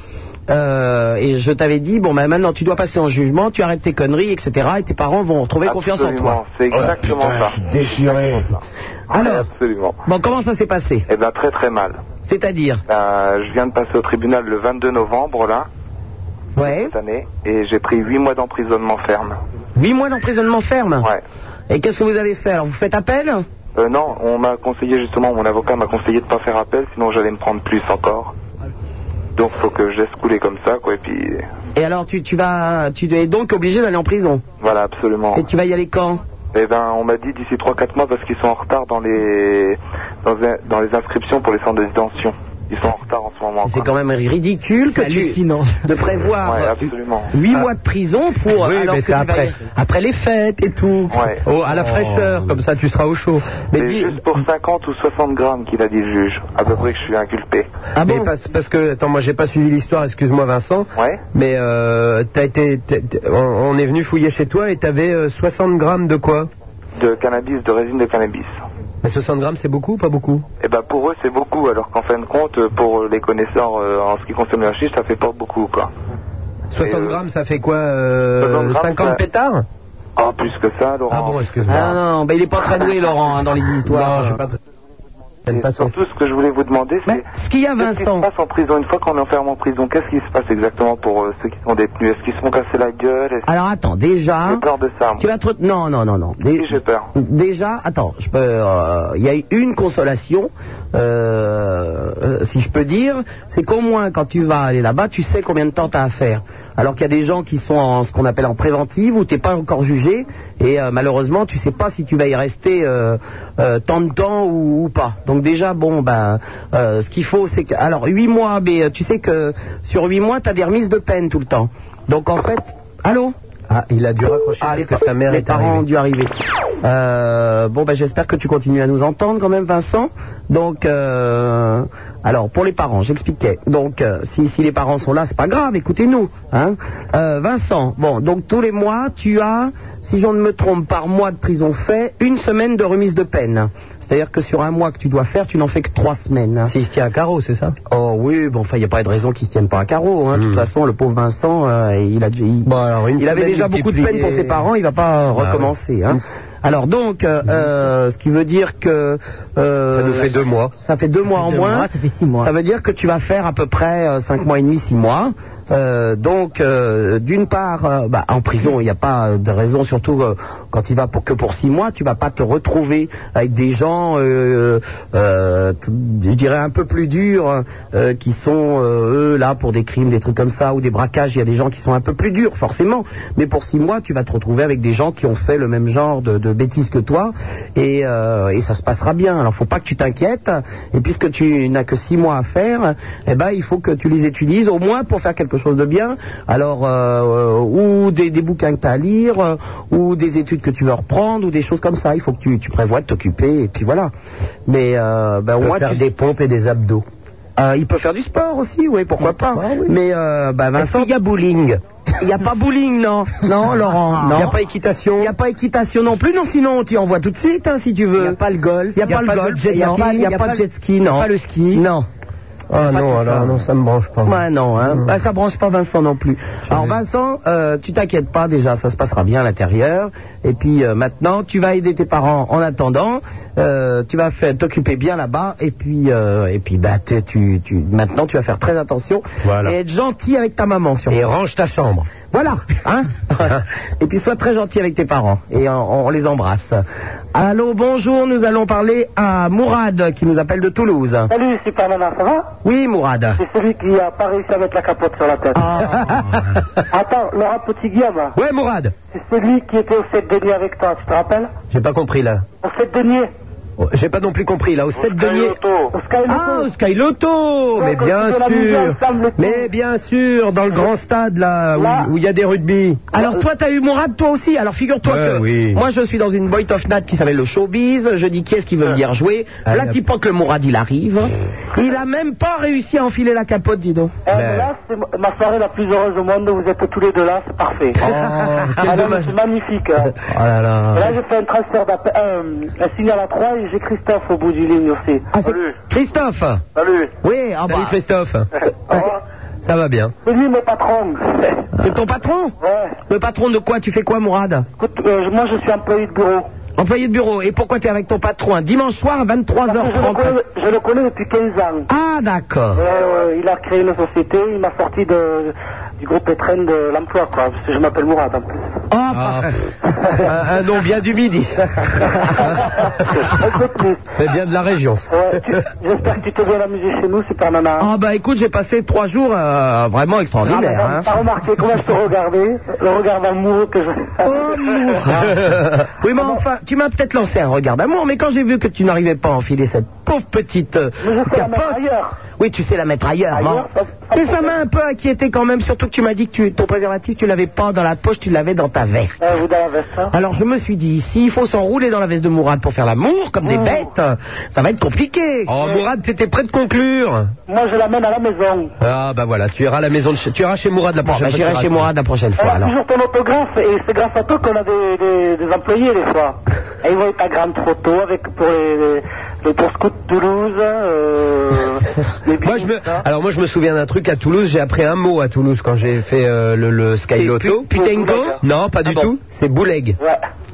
euh, et je t'avais dit, bon, ben maintenant tu dois passer en jugement, tu arrêtes tes conneries, etc. Et tes parents vont retrouver confiance en Absolument, toi. C'est exactement ça. Déchiré. Alors, Absolument. bon, comment ça s'est passé Eh ben très très mal. C'est-à-dire Euh, je viens de passer au tribunal le 22 novembre là Ouais. cette année et j'ai pris 8 mois d'emprisonnement ferme. 8 mois d'emprisonnement ferme. Ouais. Et qu'est-ce que vous avez fait Alors, vous faites appel Euh, non, on m'a conseillé justement, mon avocat m'a conseillé de pas faire appel, sinon j'allais me prendre plus encore. Donc faut que je laisse couler comme ça quoi et puis Et alors, tu, tu vas, tu es donc obligé d'aller en prison. voilà absolument. Et tu vas y aller quand Eh ben, on m'a dit d'ici 3-4 mois parce qu'ils sont en retard dans les, dans, dans les inscriptions pour les centres de détention. Ils sont en retard en ce moment. C'est Ah, quand même ridicule que C'est tu, hallucinant. de prévoir Ouais, absolument. 8 mois de prison pour Oui, alors mais que tu c'est vas y- après. après les fêtes et tout. Ouais. Oh, à la fraîcheur, comme ça tu seras au chaud. Mais C'est dis- juste pour 50 ou 60 grammes qu'il a dit le juge. À peu près que je suis inculpé. Ah Mais bon parce, parce que, attends, moi j'ai pas suivi l'histoire, excuse-moi Vincent. Ouais. Mais euh, t'as été, t'es- t'es- on, on est venu fouiller chez toi et t'avais euh, 60 grammes de quoi De cannabis, de résine de cannabis. Mais 60 grammes c'est beaucoup ou pas beaucoup Eh ben, pour eux, c'est beaucoup, alors qu'en fin de compte, pour les connaisseurs euh, en ce qui concerne le chiffre, ça fait pas beaucoup, quoi. 60 euh, grammes ça fait quoi euh, 60 grammes, 50 ça- pétards Ah, plus que ça, Laurent. Ah bon, excuse-moi. Ah non, non, mais il est pas très doué Laurent hein, dans les histoires. Non, je sais pas. Et surtout, ce que je voulais vous demander, c'est. Mais ce qu'il y a Qu'est-ce qui se Vincent, passe en prison Une fois qu'on est enfermé en prison, qu'est-ce qui se passe exactement pour euh, ceux qui sont détenus Est-ce qu'ils se font casser la gueule Est-ce alors attends, qu'ils déjà, ont peur de ça moi Ah, hein? tu vas te... re- Non, non, non, non. Dé- Oui, j'ai peur. Déjà, attends, je peux, euh, il y a eu une consolation, euh, euh, si je peux dire, c'est qu'au moins quand tu vas aller là-bas, tu sais combien de temps t'as à faire. Alors qu'il y a des gens qui sont en ce qu'on appelle en préventive où t'es pas encore jugé et euh, malheureusement tu sais pas si tu vas y rester euh, euh, tant de temps ou, ou pas. Donc déjà bon ben euh, ce qu'il faut c'est que alors huit mois, mais euh, tu sais que sur huit mois t'as des remises de peine tout le temps. Donc en fait, allô. Ah, il a dû raccrocher Ah, parce les que pa- sa mère les est parents ont arrivée. dû arriver. Euh, bon, ben, j'espère que tu continues à nous entendre quand même, Vincent. Donc, euh, alors, pour les parents, j'expliquais. Donc, euh, si, si les parents sont là, c'est pas grave, écoutez-nous. Hein. Euh, Vincent, bon, donc tous les mois, tu as, si je ne me trompe, par mois de prison fait, une semaine de remise de peine. C'est-à-dire que sur un mois que tu dois faire, tu n'en fais que trois semaines. C'est ici à Carreau, c'est ça Hmm. Oh oui, bon, enfin, il n'y a pas de raison qu'ils se tiennent pas à carreau. Hein. De toute façon, le pauvre Vincent, euh, il a déjà- il- Bon, alors, une il avait semaine déjà beaucoup de peine multipliée- pour ses parents, il va pas euh, Bah recommencer. Hein. Alors donc, euh, euh, ce qui veut dire que euh, Ça nous fait deux mois. Ça fait deux mois en deux moins. mois, ça fait six mois. Ça veut dire que tu vas faire à peu près euh, cinq mois et demi, six mois. Euh, donc, euh, d'une part, euh, bah, en prison, il n'y a pas de raison, surtout euh, quand il va pour, que pour six mois, tu vas pas te retrouver avec des gens, euh, euh, t- je dirais un peu plus durs, euh, qui sont euh, eux là pour des crimes, des trucs comme ça, ou des braquages. Il y a des gens qui sont un peu plus durs, forcément. Mais pour six mois, tu vas te retrouver avec des gens qui ont fait le même genre de, de bêtises que toi, et, euh, et ça se passera bien. Alors, faut pas que tu t'inquiètes. Et puisque tu n'as que six mois à faire, eh ben, il faut que tu les utilises au moins pour faire quelque chose de bien. Alors, euh, euh, ou des, des bouquins que tu as à lire, euh, ou des études que tu veux reprendre, ou des choses comme ça. Il faut que tu, tu prévois de t'occuper, et puis voilà. Mais euh, ben, au Peut moins, faire tu- des pompes et des abdos. euh, il peut faire du sport aussi, oui, pourquoi pas. Mais euh, bah, Vincent, il y a bowling. Il n'y a pas bowling, non. Non, Laurent. Il non. n'y a pas équitation. Il n'y a pas équitation non plus, non, sinon on t'y envoie tout de suite, hein, si tu veux. Il n'y a pas le golf. Il n'y a, pas le golf. jet Il n'y a, ski, pas- il y a pas de jet ski, non. pas le ski. Non. Ah non, tout ça. alors, non, ça me branche pas. Ouais, non, hein. Bah, ça branche pas Vincent non plus. Alors Vincent, euh, tu t'inquiètes pas déjà, ça se passera bien à l'intérieur. Et puis euh, maintenant, tu vas aider tes parents en attendant. Euh, tu vas faire- t'occuper bien là-bas. Et puis, euh, et puis, bah, tu, tu, tu- maintenant, tu vas faire très attention Voilà. et être gentil avec ta maman surtout. Et range ta chambre. Voilà, hein. et puis sois très gentil avec tes parents et on, on les embrasse. Allô, bonjour. Nous allons parler à Mourad qui nous appelle de Toulouse. Salut, super nana, ça va Oui, Mourad. C'est celui qui a pas réussi à mettre la capote sur la tête. Ah. Attends, Laurent Petit Guillaume, Ouais, Mourad c'est celui qui était au 7 deniers avec toi, tu te rappelles J'ai pas compris là. Au 7 deniers, Oh, J'ai pas non plus compris là. Au 7 deniers. au Sky Ah, au Skyloto Mais quand bien ils font la musique sûr ensemble, le tout. Mais bien sûr, dans le grand stade là, Là. où- où il y a des rugby. Alors toi, t'as eu Mourad, toi aussi. Alors figure-toi Ouais, que oui. moi, je suis dans une boy of night qui s'appelle le showbiz. Je dis qui est-ce qui veut venir jouer. Ah, Là, la- tu penses que le Mourad, il arrive. Il a même pas réussi à enfiler la capote, dis donc. Eh, Mais- Là, c'est ma soirée la plus heureuse au monde, vous êtes tous les deux là, c'est parfait. quel Ah non, mais dommage. c'est magnifique. *laughs* hein. Oh là Et là. Là, j'ai fait un transfert d'appel, euh, un signal à 3 et j'ai Christophe au bout du ligne aussi. Ah, c'est- Salut. Christophe Salut. Oui, ah Salut bah, Christophe. *laughs* Au revoir. Ça va bien. C'est lui mon *laughs* patron. c'est ton patron Ouais. Le patron de quoi Tu fais quoi, Mourad Écoute, euh, moi je suis employé de bureau. Employé de bureau. Et pourquoi t'es avec ton patron un dimanche soir à Parce que je, le 23h30 connais, je le connais depuis 15 ans. Ah, d'accord. Ouais, ouais, il a *laughs* créé une société, il m'a sorti de, du groupe Etrain de l'emploi, quoi, parce que je m'appelle Mourad en plus. Ah. Ah. un, un nom bien du Midi. Écoute, Mais bien de la région. ça. ouais, tu- j'espère que tu te veux amuser chez nous, c'est pas nana. Ah bah écoute, j'ai passé trois jours euh, vraiment Ah, extraordinaires. madame, bah, hein. T'as remarqué comment je te regardais Le regard d'amour que je... bah, Oh, l'amour. *laughs* Oui, mais enfin, tu m'as peut-être lancé un regard d'amour, mais quand j'ai vu que tu n'arrivais pas à enfiler cette pauvre petite euh, Mais je sais la mettre capote. ailleurs. Oui, tu sais la mettre ailleurs, Ailleurs, non pas- pas- Mais ça m'a un peu inquiété quand même, surtout que tu m'as dit que tu, ton préservatif, tu l'avais pas dans la poche, tu l'avais dans ta veste. Eh, vous dans la veste, hein Alors je me suis dit, s'il faut s'enrouler dans la veste de Mourad pour faire l'amour, comme des bêtes, ça va être compliqué. Oh, Mourad, t'étais près de conclure. Moi, je l'amène à la maison. Ah, bah voilà, tu iras à la maison de chez, tu iras chez Mourad la Bon, prochaine bah, fois. j'irai chez Mourad la prochaine Elle Bah fois, a alors. toujours ton autographe et c'est grâce à toi qu'on a des, des- des employés des *laughs* fois. Et ils voient ta grande photo avec pour les, les, les pour Scout Toulouse. euh, les *laughs* Moi, je me... Ah, bisous, ça. Alors moi je me souviens d'un truc à Toulouse, j'ai appris un mot à Toulouse quand j'ai fait euh, le, le Sky C'est Lotto. pu- putengo Non, pas du Ah bon. tout, c'est bouleg. Ouais.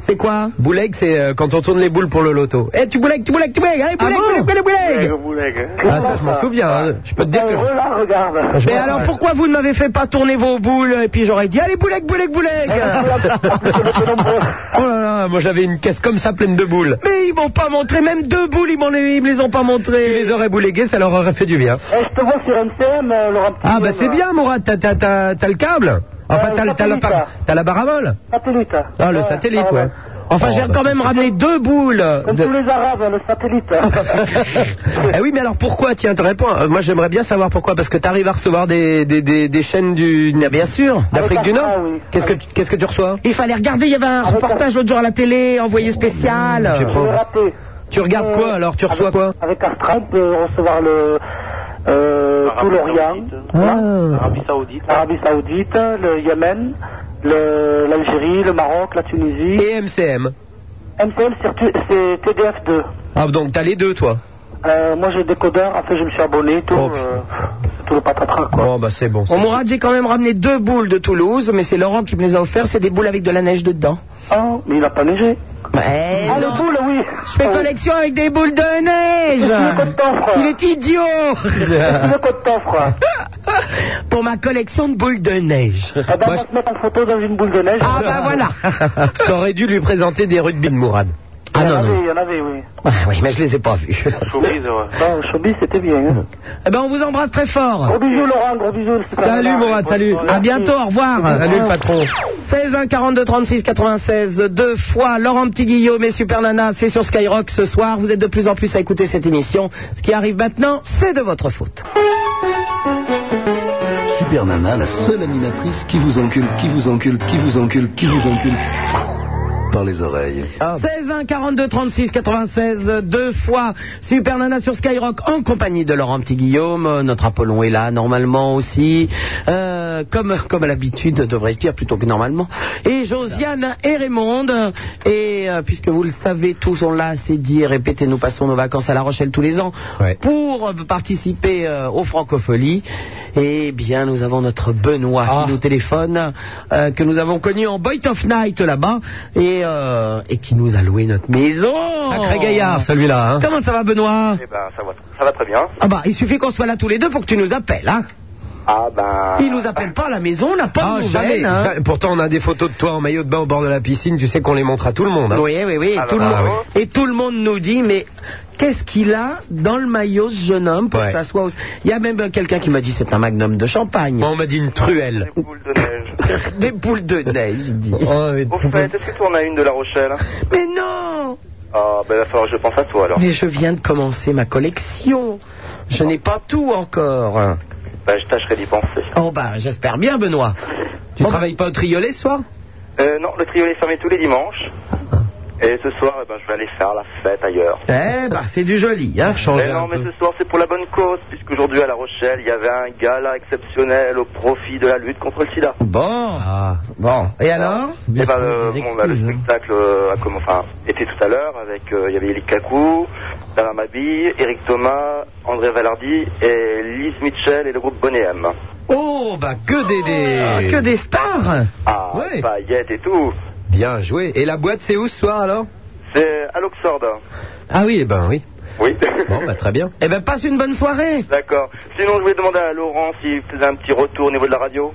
C'est quoi Bouleg c'est euh, quand on tourne les boules pour le loto. Eh tu bouleg, tu bouleg, tu bouleg, allez bouleg, bouleg, bouleg, bouleg. hein. Ah ça je m'en souviens, hein. je peux te dire que... Heureux, là, *laughs* regarde. Ah, Mais alors pourquoi vous ne m'avez fait pas tourner vos boules et puis j'aurais dit allez boulec boulec boulec *laughs* Oh là là, moi j'avais une caisse comme ça pleine de boules. Mais ils m'ont pas montré même deux boules ils m'en ils me les ont pas Tu montrées. les aurais bouléguées, ça leur aurait fait du bien. Eh, je te vois sur MCM, euh, Laurent Petit. Ah bah c'est bien Mourad, t'as, t'as, Euh, t'as, t'as le câble Enfin t'as, Euh, le- t'as, la, satellite, par- là. t'as la baramole Satellite. Ah le Ouais, satellite ça va. ouais. Enfin Oh, j'ai bah, quand même ramené deux boules. Comme de- tous les Arabes, le satellite. hein, *laughs* Eh oui, mais alors pourquoi Tiens, te réponds. Euh, Moi, j'aimerais bien savoir pourquoi. Parce que tu arrives à recevoir des, des, des, des chaînes du. Bien sûr. D'Afrique Avec du Nord. Accra, oui. Qu'est-ce que tu- qu'est-ce que tu reçois Ah Ah, Il fallait regarder, il y avait un reportage l'autre jour à la télé, envoyé spécial. Euh, J'ai Je pas- l'ai raté. Tu regardes quoi alors Tu reçois avec, quoi Avec Astra, on peut recevoir le. Euh, tout l'Orient, Ah. Hein Arabie Saoudite. l'Arabie Saoudite, le Yémen, le- l'Algérie, le Maroc, la Tunisie. Et MCM. MCL, c'est tu- c'est TDF2. Ah, donc t'as les deux, toi. Euh, moi, j'ai décodeur, en fait, je me suis abonné, tout, Oh, euh, tout le patatras, quoi. Bon, bah c'est bon. On Mourad, j'ai quand même ramené deux boules de Toulouse, mais c'est Laurent qui me les a offertes, c'est des boules avec de la neige dedans. Ah, mais il n'a pas neigé. Ouais, ah, non. le boule, oui. Je fais collection avec des boules de *laughs* neige. Il est idiot. *laughs* le code t'offre. Pour ma collection de boules de neige. Eh ben, on va se mettre en photo dans une boule de neige. Ah bah *laughs* voilà. T'aurais dû lui présenter des rugby de Mourad. Ah il y en non, avait, non. il y en avait, oui. Ah oui, mais je les ai pas vus. Ah, au showbiz, c'était bien. Hein. *laughs* Eh ben, on vous embrasse très fort. Gros bisous, Laurent, gros bisous. le super Salut, nana. Mourad, Oh, Bonne salut. soirée. À bientôt, au revoir. Salut le patron. 16 1 42 36 96 deux fois Laurent Petit Guillaume et Super Nana, c'est sur Skyrock ce soir. Vous êtes de plus en plus à écouter cette émission. Ce qui arrive maintenant, c'est de votre faute. Super Nana, la seule animatrice qui vous encule, qui vous encule, qui vous encule, qui vous encule par les oreilles. 16 1 42 36 96 deux fois Super Nana sur Skyrock en compagnie de Laurent Petit Guillaume. Euh, Notre Apollon est là normalement aussi, Euh, comme comme à l'habitude devrais-je dire plutôt que normalement. Et Josiane et Raymond et euh, puisque vous le savez tous on l'a assez dit, répétez nous passons nos vacances à La Rochelle tous les ans Ouais. pour euh, participer euh, aux Francopholies. Eh bien, nous avons notre Benoît Ah. qui nous téléphone, euh, que nous avons connu en Boy of Night là-bas, et, euh, et qui nous a loué notre maison. Sacré gaillard, celui-là. Hein. Comment ça va, Benoît Eh ben, ça va, ça va très bien. Ah bah, il suffit qu'on soit là tous les deux pour que tu nous appelles, hein Ah ben. Il nous appelle pas à la maison, on n'a pas Ah, de jamais. nouvelles, hein. Ja- Pourtant, on a des photos de toi en maillot de bain au bord de la piscine. Tu sais qu'on les montre à tout le monde. hein. Oui, oui, oui. Ah, tout bah, le bah, monde- Et tout le monde nous dit, mais qu'est-ce qu'il a dans le maillot, ce jeune homme, pour Ouais. que ça soit... au- Il y a même euh, quelqu'un qui m'a dit, c'est un magnum de champagne. Moi, on m'a dit une truelle. Des boules de neige. *laughs* *laughs* Des boules de neige, il dit. Oh, mais- Au fait, est-ce que tu en as une de La Rochelle hein Mais non Ah ben, il va falloir que je pense à toi alors. Mais je viens de commencer ma collection. Je n'ai pas tout encore. Ben, je tâcherai d'y penser. Oh bah, j'espère bien, Benoît. Tu travailles pas au triolet ce soir bah. Euh, non, le trio est fermé tous les dimanches. Ah. Et ce soir, eh ben, je vais aller faire la fête ailleurs. Eh bah, c'est du joli, hein. Changer Mais non, un mais peu. ce soir, c'est pour la bonne cause, puisqu'aujourd'hui à La Rochelle, il y avait un gala exceptionnel au profit de la lutte contre le sida. Bon, Ah. bon. Et alors Eh ben, euh, bon, bah, le spectacle euh, a commencé, enfin, était tout à l'heure avec, euh, il y avait Elie Kakou, Dara Mabi, Eric Thomas, André Valardi et Liz Mitchell et le groupe Bonnet M. Oh, bah que des. des... Ah, Que des stars Ah, Ouais. paillettes et tout. Bien joué. Et la boîte, c'est où ce soir alors C'est à l'Oxford. Ah oui, eh ben oui. Oui. *laughs* Bon, bah très bien. Eh ben, passe une bonne soirée. D'accord. Sinon, je voulais demander à Laurent s'il faisait un petit retour au niveau de la radio.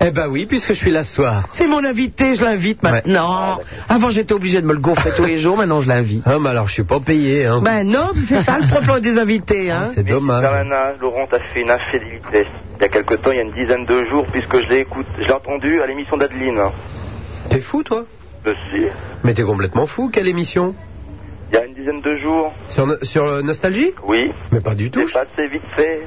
Eh ben oui, puisque je suis là ce soir. C'est mon invité, je l'invite maintenant. Avant, j'étais obligé de me le gonfler tous les jours, maintenant je l'invite. *laughs* Ah, mais alors je suis pas payé, hein. Ben non, c'est ça le problème des invités, hein. Ah, C'est dommage. Darana, Laurent, t'as fait une infidélité. Il y a quelque temps, il y a une dizaine de jours, puisque je l'ai écouté, je l'ai entendu à l'émission d'Adeline. T'es fou, toi Je suis. Mais t'es complètement fou, quelle émission Il y a une dizaine de jours, Sur, no- sur euh, Nostalgie oui. Mais pas du tout. C'est passé vite fait.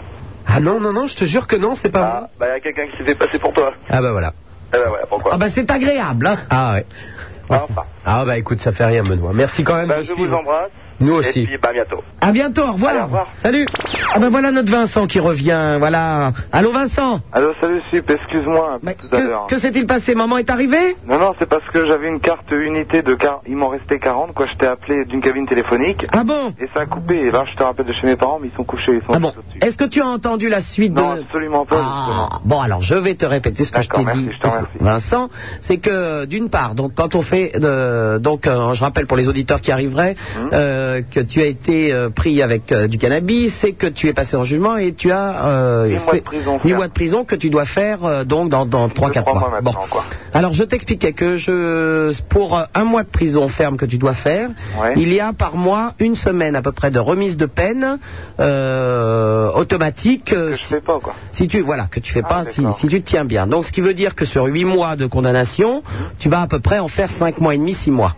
Ah non, non, non, je te jure que non, c'est pas Ah, bah, il y a quelqu'un qui s'est fait passer pour toi. Ah bah voilà. bah, Eh ben voilà, pourquoi Ah ben c'est agréable, hein. Ah ouais. Enfin. Ah bah écoute, ça fait rien, Benoît. Merci quand même. Ben, de je vous suivre. embrasse. Nous aussi. Et puis, ben, à bientôt. À bientôt, au revoir. Allez, au revoir. Salut. Ah ben voilà notre Vincent qui revient, voilà. Allô Vincent Alors salut Sup, excuse-moi un peu Mais tout à l'heure. Que, que s'est-il passé Maman est arrivée Non, non, c'est parce que j'avais une carte unité de car... Il m'en restait 40, quoi, je t'ai appelé d'une cabine téléphonique. Ah bon Et ça a coupé, et là je te rappelle de chez mes parents, mais ils sont couchés, ils sont Ah bon tous au-dessus. Est-ce que tu as entendu la suite Non, de... absolument pas, justement. Ah, bon, alors je vais te répéter ce que je D'accord, t'ai merci, dit, je t'en remercie. Vincent. C'est que d'une part, donc quand on fait, euh, donc euh, je rappelle pour les auditeurs qui arriveraient Mhm. euh, que tu as été euh, pris avec euh, du cannabis, c'est que tu es passé en jugement et tu as euh, Huit mois de prison, huit frère. mois de prison que tu dois faire euh, donc dans dans trois Deux, quatre trois mois. mois Bon. maintenant, quoi. Alors je t'expliquais que je pour euh, un mois de prison ferme que tu dois faire, Ouais. il y a par mois une semaine à peu près de remise de peine euh, automatique. euh, Que je fais pas, quoi. si tu voilà que tu fais Ah, pas si, d'accord. si tu te tiens bien. Donc ce qui veut dire que sur huit mois de condamnation, tu vas à peu près en faire cinq mois et demi, six mois.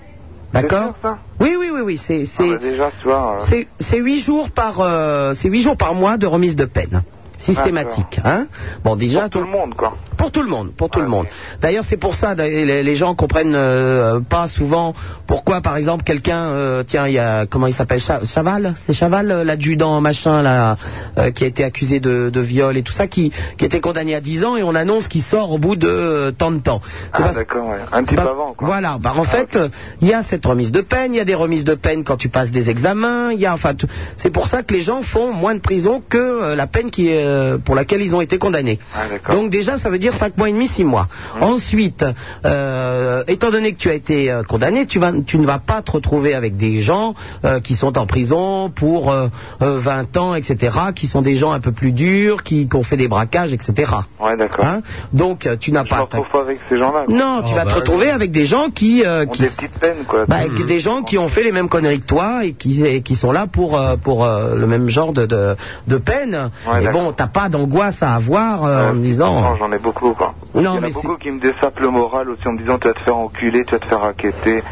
D'accord C'est sûr, ça Oui oui oui oui, c'est Ah, c'est bah, déjà, tu vois. euh, c'est- c'est huit jours par euh, c'est huit jours par mois de remise de peine systématique hein bon déjà pour tout le monde, quoi. pour tout le monde, pour tout Ouais, le monde. Ah, ok. D'ailleurs, c'est pour ça d'ailleurs, les, les gens comprennent euh, pas souvent pourquoi, par exemple, quelqu'un, euh, tiens, il y a comment il s'appelle Cha- Chaval, c'est Chaval, euh, l'adjudant machin là, euh, qui a été accusé de, de viol et tout ça, qui, qui était condamné à 10 ans et on annonce qu'il sort au bout de euh, tant de temps. C'est Ah, parce- d'accord, ouais. Un petit parce- peu avant, quoi. Ah, Voilà, bah, en fait, euh, il y a cette remise de peine, il y a des remises de peine quand tu passes des examens, il y a, enfin, tout- c'est pour ça que les gens font moins de prison que euh, la peine qui, est, euh, pour laquelle ils ont été condamnés. Ah, d'accord. Hum. Donc déjà, ça veut dire 5 mois et demi, 6 mois. Ensuite, euh, étant donné que tu as été euh, condamné, tu, vas, tu ne vas pas te retrouver avec des gens euh, qui sont en prison pour euh, euh, 20 ans, etc., qui sont des gens un peu plus durs, qui, qui ont fait des braquages, etc. Ouais, d'accord. Hein Donc euh, tu n'as je me pas... retrouve pas avec ces gens-là, quoi. Non, tu vas Oh, bah, Hmm. te retrouver avec des gens qui, euh, Ils ont qui des petites peines, quoi. bah, avec des gens qui ont fait les mêmes conneries que toi et qui, et qui sont là pour, euh, pour euh, le même genre de, de, de peine. Ouais, et d'accord. bon, t'as pas d'angoisse à avoir euh, en Ouais, me disant. non, j'en ai beaucoup, quoi. Non, il y en mais a beaucoup qui me dessapent le moral aussi en me disant tu vas te faire enculer, tu vas te faire raqueter.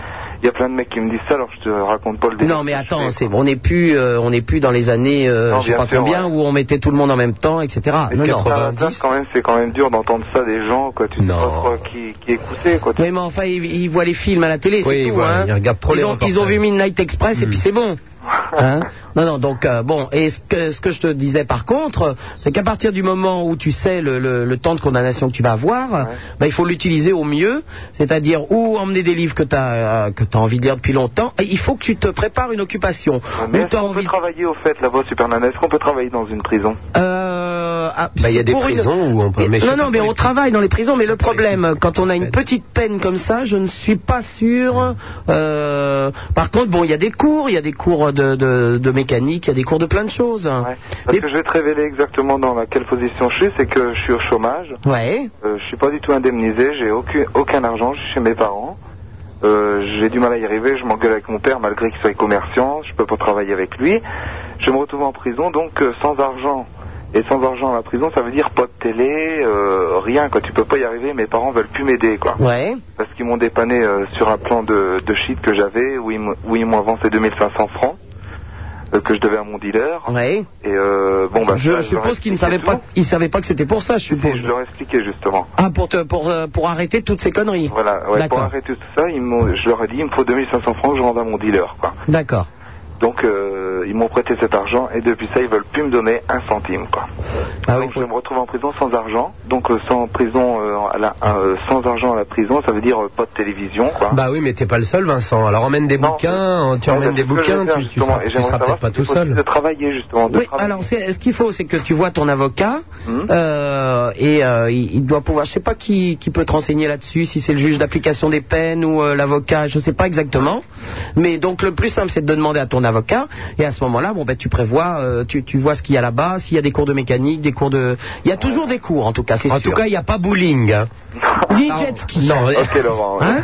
Il y a plein de mecs qui me disent ça, alors je te raconte pas le délire Non mais que je attends, fais, c'est quoi. on n'est plus euh, on n'est plus dans les années euh, Non, je sais bien pas sûr, combien ouais. où on mettait tout le monde en même temps etc. Et Non, non. 90, quand même, c'est quand même dur d'entendre ça des gens, quoi. Tu ne sais Non. pas quoi, qui, qui écouter, quoi. Tu- Oui, mais enfin ils, ils voient les films à la télé Oui, c'est tout voilà, hein. ils regardent trop les Hmm. ont, ils ont vu Midnight Express et puis c'est *laughs* bon. Hein non non donc euh, bon et ce que, ce que je te disais par contre c'est qu'à partir du moment où tu sais le, le- le temps de condamnation que tu vas avoir bah, il faut l'utiliser au mieux c'est-à-dire ou emmener des livres que tu as que t'as envie de lire depuis longtemps et il faut que tu te prépares une occupation Ah, Mais Ou est-ce t'as qu'on peut envie travailler au fait là-bas, Super Nana Est-ce qu'on peut travailler dans une prison Euh, ah, Bah, il y a des pour une- prisons où on peut. mais je sais non, non, pas mais pour on les- travaille dans les prisons, mais le problème, quand on a une peine. petite peine comme ça, je ne suis pas sûr. euh, par contre, bon, il y a des cours, il y a des cours de, de, de mécanique, il y a des cours de plein de choses. Ouais. Parce Les- que je vais te révéler exactement dans laquelle position je suis, c'est que je suis au chômage. Ouais. Euh, je suis pas du tout indemnisé, j'ai aucun, aucun argent, je suis chez mes parents. Euh, j'ai du mal à y arriver, je m'engueule avec mon père malgré qu'il soit commerçant, je peux pas travailler avec lui. Je me retrouve en prison donc euh, sans argent. Et sans argent à la prison, ça veut dire pas de télé, euh, rien quoi, tu peux pas y arriver, mes parents veulent plus m'aider quoi. Ouais. Parce qu'ils m'ont dépanné euh, sur un plan de, de shit que j'avais où ils m'ont- où ils m'ont avancé 2500 francs euh, que je devais à mon dealer. Ouais. Et euh, bon bah je ça, leur suppose qu'ils ne expliquais savaient pas, tout. ils savaient pas que c'était pour ça, je Et je suppose. leur expliquais justement. Ah, pour te, pour, euh, pour arrêter toutes ces conneries. Voilà, Ah, ouais, pour D'accord. arrêter tout ça, ils m'ont- je leur ai dit, il me faut 2500 francs, je rends à mon dealer, quoi. D'accord. Donc, euh, ils m'ont prêté cet argent, et depuis ça, ils veulent plus me donner un centime, quoi. Ah oui, donc, faut- je me retrouve en prison sans argent. Donc, euh, sans prison, euh, à la- euh, sans argent à la prison, ça veut dire euh, pas de télévision, quoi. Bah oui, mais t'es pas le seul, Vincent. Alors emmène des Non, bouquins, mais- tu Ouais, emmènes bah, des c'est ce que je vais bouquins, faire, tu, tu justement. seras, Et tu j'aimerais seras savoir peut-être pas si tout c'est possible seul. De travailler, justement. de Oui, travailler. alors c'est- ce qu'il faut, c'est que tu vois ton avocat Hmm. Mhm. euh, et euh, il, il doit pouvoir, je sais pas qui, qui peut te renseigner là-dessus, si c'est le juge d'application des peines ou euh, l'avocat, je sais pas exactement. Mais donc le plus simple, c'est de demander à ton avocat et à ce moment-là, bon ben tu prévois, euh, tu, tu vois ce qu'il y a là-bas, s'il y a des cours de mécanique, des cours de. Il y a toujours des cours, en tout cas, c'est En sûr. tout cas, il n'y a pas bowling. hein. *laughs* Ni jet ski. Non, Ok, Laurent. ouais. Hein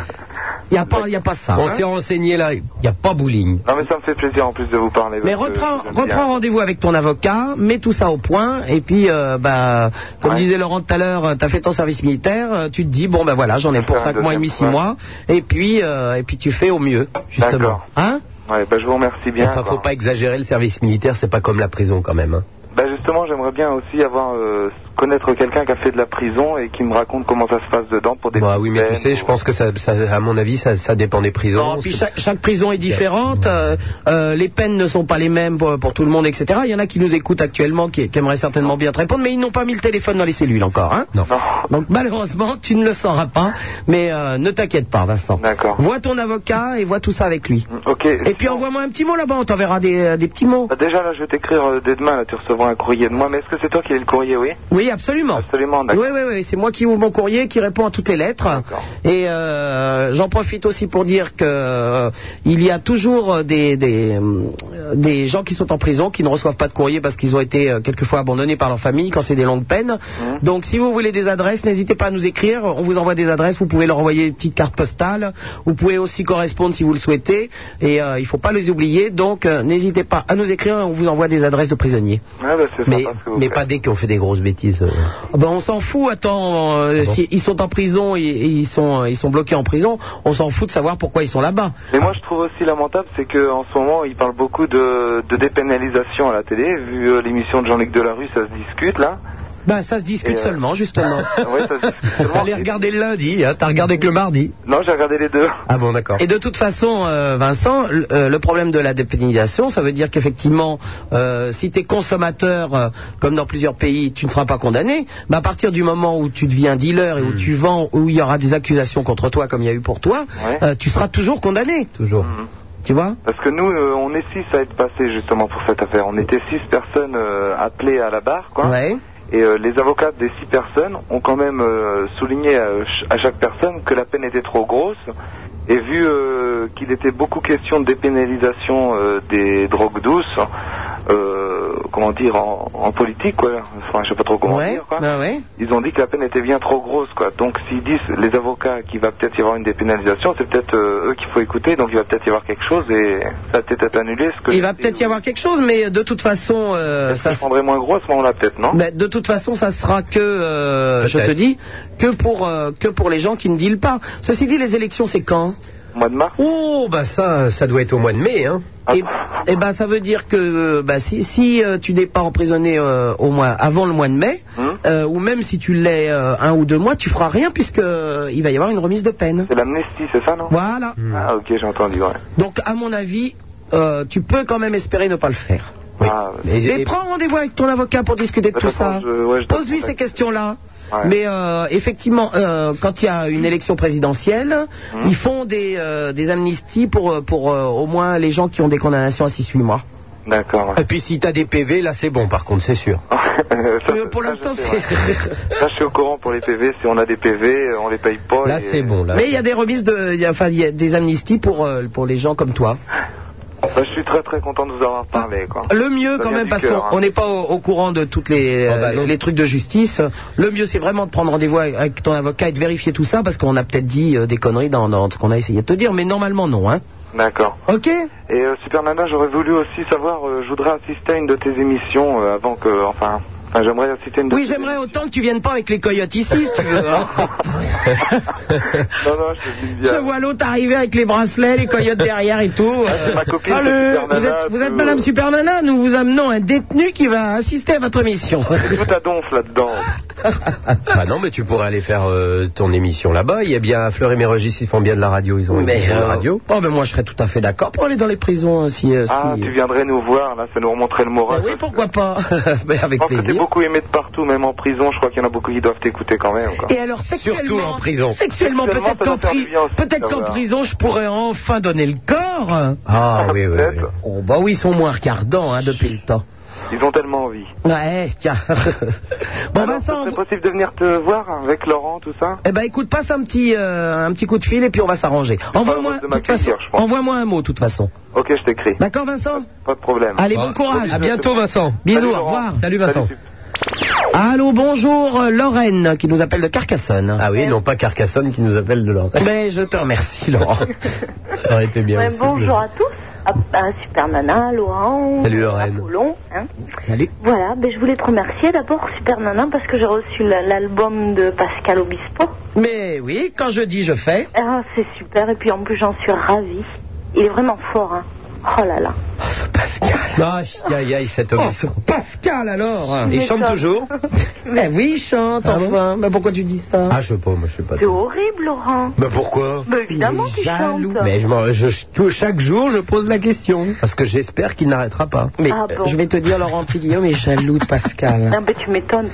Il n'y a, pas- il y a pas ça. On hein. s'est renseigné là, il n'y a pas bowling. Non, mais ça me fait plaisir en plus de vous parler. Mais parce que reprends, j'aime bien. reprends rendez-vous avec ton avocat, mets tout ça au point, et puis, euh, bah, comme disait Laurent tout à l'heure, euh, t'as fait ton service militaire, euh, tu te dis, bon, ben voilà, j'en ai pour Faire un 5 mois et deuxième demi, 6 point. mois, et puis, euh, et puis tu fais au mieux, justement. D'accord. Hein Ouais, bah, je vous remercie bien. Enfin, faut quoi. pas exagérer, le service militaire, c'est pas comme la prison quand même. hein. Bah, justement, j'aimerais bien aussi avoir euh, connaître quelqu'un qui a fait de la prison et qui me raconte comment ça se passe dedans pour des. Bah oui, mais tu peines sais, je ou- pense que ça, ça- à mon avis, ça, ça dépend des prisons. Non, puis C'est- chaque, chaque prison est différente, euh, euh, les peines ne sont pas les mêmes pour, pour tout le monde, etc. Il y en a qui nous écoutent actuellement, qui, qui aimeraient certainement bien te répondre, mais ils n'ont pas mis le téléphone dans les cellules encore. Hein Non. Donc malheureusement, tu ne le sauras pas, mais euh, ne t'inquiète pas, Vincent. D'accord. Vois ton avocat et vois tout ça avec lui. Ok. Et puis envoie-moi un petit mot là-bas, on t'enverra des, euh, des petits mots. Bah, déjà, là, je vais t'écrire euh, dès demain, là, tu recevras un courrier de moi. Mais est-ce que c'est toi qui as le courrier, oui Oui, absolument. Absolument, Oui, d'accord. oui, oui, c'est moi qui ouvre mon courrier, qui répond à toutes les lettres. D'accord. Et euh, j'en profite aussi pour dire que euh, il y a toujours euh, des, des, euh, des gens qui sont en prison, qui ne reçoivent pas de courrier parce qu'ils ont été euh, quelquefois abandonnés par leur famille quand c'est des longues peines. Mmh. Donc si vous voulez des adresses, n'hésitez pas à nous écrire. On vous envoie des adresses, vous pouvez leur envoyer une petite carte postale. Vous pouvez aussi correspondre si vous le souhaitez. Et euh, il ne faut pas les oublier. Donc euh, n'hésitez pas à nous écrire et on vous envoie des adresses de prisonniers. Ah, bah, c'est Mais, sympa ce que vous mais faites. pas dès qu'on fait des grosses bêtises. euh. Ah Ah Ben on s'en fout, attends, euh, si- ils sont en prison et, et ils, sont, euh, ils sont bloqués en prison, on s'en fout de savoir pourquoi ils sont là-bas. Mais moi, je trouve aussi lamentable, c'est que en ce moment, ils parlent beaucoup de, de dépénalisation à la télé. Vu euh, l'émission de Jean-Luc Delarue, ça se discute, là. Ben ça se discute Et, euh, seulement, justement. *laughs* oui, ça se *laughs* discute seulement. Allez, regarde. Regardez le lundi, hein, t'as regardé que le mardi. Non, j'ai regardé les deux. *laughs* Ah bon, d'accord. Et de toute façon, euh, Vincent, le, euh, le problème de la dépénalisation, ça veut dire qu'effectivement, euh, si tu es consommateur, euh, comme dans plusieurs pays, tu ne seras pas condamné. Mais à partir du moment où tu deviens dealer et Hmm. où tu vends, où il y aura des accusations contre toi, comme il y a eu pour toi, Ouais. euh, tu seras toujours condamné. Hmm. Toujours. Tu vois Parce que nous, euh, on est six à être passés justement pour cette affaire. On était six personnes euh, appelées à la barre, quoi. Ouais. Et euh, les avocats des six personnes ont quand même euh, souligné à, ch- à chaque personne que la peine était trop grosse. Et vu euh, qu'il était beaucoup question de dépénalisation euh, des drogues douces, hein, euh, comment dire, en, en politique, quoi. Enfin, je sais pas trop comment ouais. dire, quoi. Ah ouais. Ils ont dit que la peine était bien trop grosse, quoi. Donc, s'ils disent, les avocats, qu'il va peut-être y avoir une dépénalisation, c'est peut-être euh, eux qu'il faut écouter, donc il va peut-être y avoir quelque chose et ça va peut-être être annulé. Ce que Il va peut-être y avoir quelque chose, mais de toute façon, euh, Ça ça, se prendrait moins gros à ce moment-là, peut-être, non Ben, de toute façon, ça sera que, euh, je te Peut-être. dis, que pour, euh, que pour les gens qui ne dealent pas. Ceci dit, les élections, c'est quand Au mois de mars Oh, bah ça, ça doit être au mois de mai. Hein. et, et ben, ça veut dire que euh, ben, si, si euh, tu n'es pas emprisonné euh, au mois, avant le mois de mai, Hum. euh, ou même si tu l'es euh, un ou deux mois, tu feras rien puisque euh, il va y avoir une remise de peine. C'est l'amnistie, c'est ça, non Voilà. Ah, ok, j'ai entendu, ouais. Donc, à mon avis, euh, tu peux quand même espérer ne pas le faire. Oui. Ah, Et- Mais et- prends rendez-vous avec ton avocat pour discuter de De tout toute ça. façon, je- ouais, je dois Pose-lui contacter. ces questions-là. Ouais. Hmm. Mais euh, effectivement, euh, quand il y a une élection présidentielle, ils font des, euh, des amnisties pour, euh, pour euh, au moins les gens qui ont des condamnations à 6-8 mois. D'accord, ouais. Euh, Et puis si t'as des PV, là c'est bon par contre, c'est sûr. Ça, Mais Euh, pour ça, l'instant, je c'est... sais, ouais. Ça, je suis au courant pour les PV. Si on a des PV, euh, on les paye Ah, pas. Là et- c'est bon. Là. *laughs* Mais il y a des remises de... il y a- Enfin, il y a des amnisties pour, euh, pour les gens comme toi. Bah, je suis très très content de vous avoir parlé, quoi. Le mieux Ça quand vient même, du parce qu'on cœur, hein. on n'est pas au, au courant de toutes les, Ah bah euh, non. les trucs de justice. Le mieux, c'est vraiment de prendre rendez-vous avec, avec ton avocat et de vérifier tout ça, parce qu'on a peut-être dit euh, des conneries dans, dans ce qu'on a essayé de te dire, mais normalement non. Hein. D'accord. Ok Et euh, Super Nana, j'aurais voulu aussi savoir, euh, je voudrais assister à une de tes émissions euh, avant que, enfin, enfin, j'aimerais assister à une de Oui, tes j'aimerais autant que tu viennes pas avec les coyotes ici, si tu veux. hein. *laughs* Non, non, je te dis bien. Ah, Je vois l'autre arriver avec les bracelets, les coyotes derrière et tout. c'est ma copine, Salut. c'est Super vous Nana, êtes, vous êtes tout. Madame Supernana, nous vous amenons un détenu qui va assister à votre *laughs* émission. Tout à donf là-dedans. Bah non, mais tu pourrais aller faire euh, ton émission là-bas. Il y a bien Fleur et Mérogis, ils font bien de la radio. Ils ont une émission de euh, radio. Oh, ben moi je serais tout à fait d'accord pour aller dans les prisons euh, si. euh, Ah, si- tu viendrais nous voir, là, ça nous remonterait le moral. Ben oui, pourquoi pas *laughs* Mais Je avec pense que t'es plaisir. beaucoup aimé de partout, même en prison, je crois qu'il y en a beaucoup qui doivent t'écouter quand même, quoi. Et alors sexuellement, Surtout en prison. Sexuellement, Sexuellement, peut-être ça qu'en doit faire pri- du bien aussi, peut-être ça qu'en va. prison, je pourrais enfin donner le corps. Ah oui, oui, oui. Peut-être. Oh, bah oui, ils sont moins regardants hein, depuis le temps. Ils ont tellement envie. Ouais, tiens. *laughs* bon, Alors, Vincent, c'est possible de venir te voir avec Laurent, tout ça eh ben, écoute, passe un petit, euh, un petit coup de fil et puis on va s'arranger. Envoie-moi, heureuse de de toute façon, m'accueillir, je pense. envoie-moi un mot, de toute façon. Ok, je t'écris. D'accord, Vincent Pas de problème. Bah, Allez, Bon, bon courage. À bientôt, Vincent. Bisous, Salut, au Laurent. revoir. Salut Vincent. Sup. Allô, bonjour, euh, Lorraine qui nous appelle de Carcassonne. Ah oui, non pas Carcassonne qui nous appelle de l'ordre. Mais je te remercie, Laurent. *laughs* Ça aurait été bien Ouais, aussi, bonjour à tous, à, à Super Nana, à Laurent, Salut, Lorraine. à Paulon, hein. Salut. Voilà, ben, je voulais te remercier d'abord Super Nana parce que j'ai reçu la- l'album de Pascal Obispo. Mais oui, quand je dis je fais. Ah, c'est super, et puis en plus j'en suis ravie. Il est vraiment fort, hein. Oh là là. Ah, aïe, aïe, aïe, cet homme. Oh, Pascal alors Il chante *laughs* toujours Mais oui, il chante enfin. Mais pourquoi tu dis ça Ah, je sais pas, moi, je sais pas. C'est horrible, Laurent. Bah pourquoi Ben, évidemment qu'il chante. Mais je, m'en- je- tout- chaque jour, je pose la question. Parce que j'espère qu'il n'arrêtera pas. Mais Ah bon. euh, je vais te dire, Laurent Petit Guillaume est jaloux de Pascal. Ah, ben, *laughs* tu m'étonnes.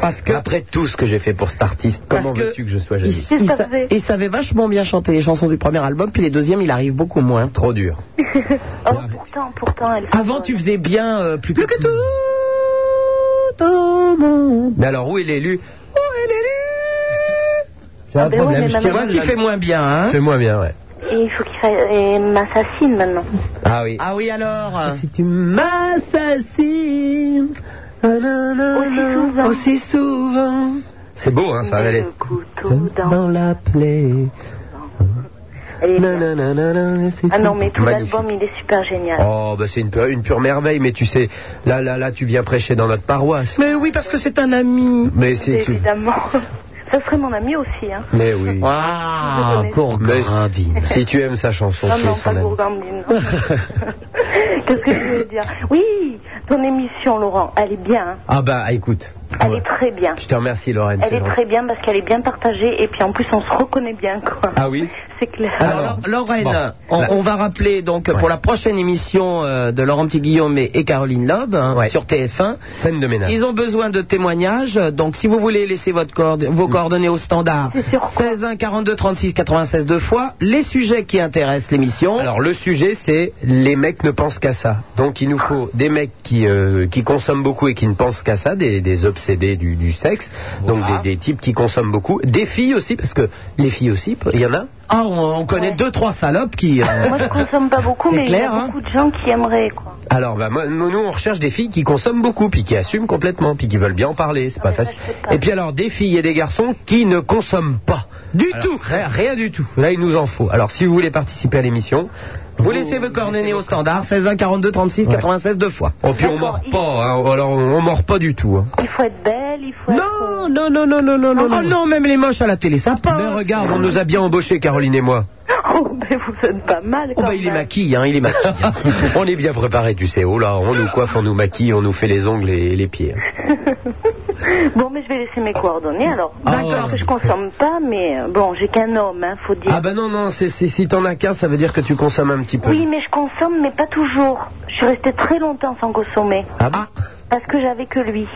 Parce que. Après tout ce que j'ai fait pour cet artiste, Parce comment que- veux-tu que je sois Il, jaloux C'est il ça sa- fait. il savait vachement bien chanter les chansons du premier album, puis les deuxièmes, il arrive beaucoup moins. Trop dur. oh, pourtant, pourtant, elle Avant, tu faisais bien euh, plus Plus que tout au monde. Mais alors, où est l'élu Où est l'élu J'ai Ah ben oui, mais je tiens maman, mal Qui la- fait moins bien, hein C'est moins bien, ouais. Et il faut qu'il fasse... et m'assassine maintenant. Ah oui. Ah oui, alors Si tu m'assassines Aussi souvent. aussi souvent. C'est beau, hein, Ah, ça, Mets Valette. le couteau dans- la plaie. Elle est- Nananana, c'est Ah non, tout. mais tout Magnifique. l'album, il est super génial. Oh, bah c'est une, pure- une pure merveille, mais tu sais, là, là, là, tu viens prêcher dans notre paroisse. Mais oui, parce que c'est un ami. Mais c'est tout. Évidemment. Ça serait mon ami aussi, hein. Mais *laughs* oui. Ah, Je connais. Gourgandine. Si tu aimes sa chanson, Non, tu non, es pas ton ami. Gourgandine. non. *laughs* Qu'est-ce que je voulais dire Oui, ton émission, Laurent, elle est bien. hein. Ah bah, écoute. Elle Ouais. est très bien. Je te remercie, Lorraine. Elle c'est est gentil. très bien parce qu'elle est bien partagée et puis en plus on se reconnaît bien quoi. Ah oui Ah C'est clair. Alors, Alors, Lo- Lorraine, bon, on, là. on va rappeler donc pour la prochaine émission euh, de Laurent Petit Guillaume et, et Caroline Loeb hein, Ouais. sur TF1. Scène de ménage. Ils ont besoin de témoignages, donc si vous voulez laisser votre corde- Mm. vos coordonnées au standard C'est sur quoi 16 1 42 36 96 deux fois, les sujets qui intéressent l'émission. Alors le sujet c'est les mecs ne pensent qu'à ça. Donc il nous faut des mecs qui, euh, qui consomment beaucoup et qui ne pensent qu'à ça, des, des obsédés du, du sexe, donc des, des types qui consomment beaucoup, des filles aussi parce que les filles aussi, il y en *laughs* a. Ah, on, on connaît deux trois salopes qui. euh, Moi je consomme pas beaucoup C'est mais clair, il y a hein. beaucoup de gens qui aimeraient quoi. Alors bah, moi, nous nous, on recherche des filles qui consomment beaucoup puis qui assument complètement puis qui veulent bien en parler, c'est pas Ouais, Ah, ça, facile. je sais pas. Et puis alors des filles et des garçons qui ne consomment pas du tout, rien, rien du tout. Là il nous en faut. Alors si vous voulez participer à l'émission, vous laissez vos coordonnées au standard 16 1 42 36 96 deux fois. Oh, puis on mord pas, hein. alors on mord pas du tout. hein. Il faut être belle, il faut être. Non, non, non, non, non, non, non. Oh non, même les moches à la télé, ça passe. Mais regarde, on nous a bien embauchés, Caroline et moi. Oh mais vous êtes pas mal Oh quand bah il est même. maquille, hein, il est *laughs* maquille. hein. on est bien préparé, tu sais. Oh là, on nous coiffe, on nous maquille, on nous fait les ongles et les pieds. Bon mais je vais laisser mes coordonnées alors. D'accord. Parce que je consomme pas mais euh, bon j'ai qu'un homme hein, faut dire. Ah bah non, non, c'est c'est- si t'en as qu'un, ça veut dire que tu consommes un petit peu. Oui mais je consomme mais pas toujours. Je suis restée très longtemps sans consommer Ah, bah parce que j'avais que lui.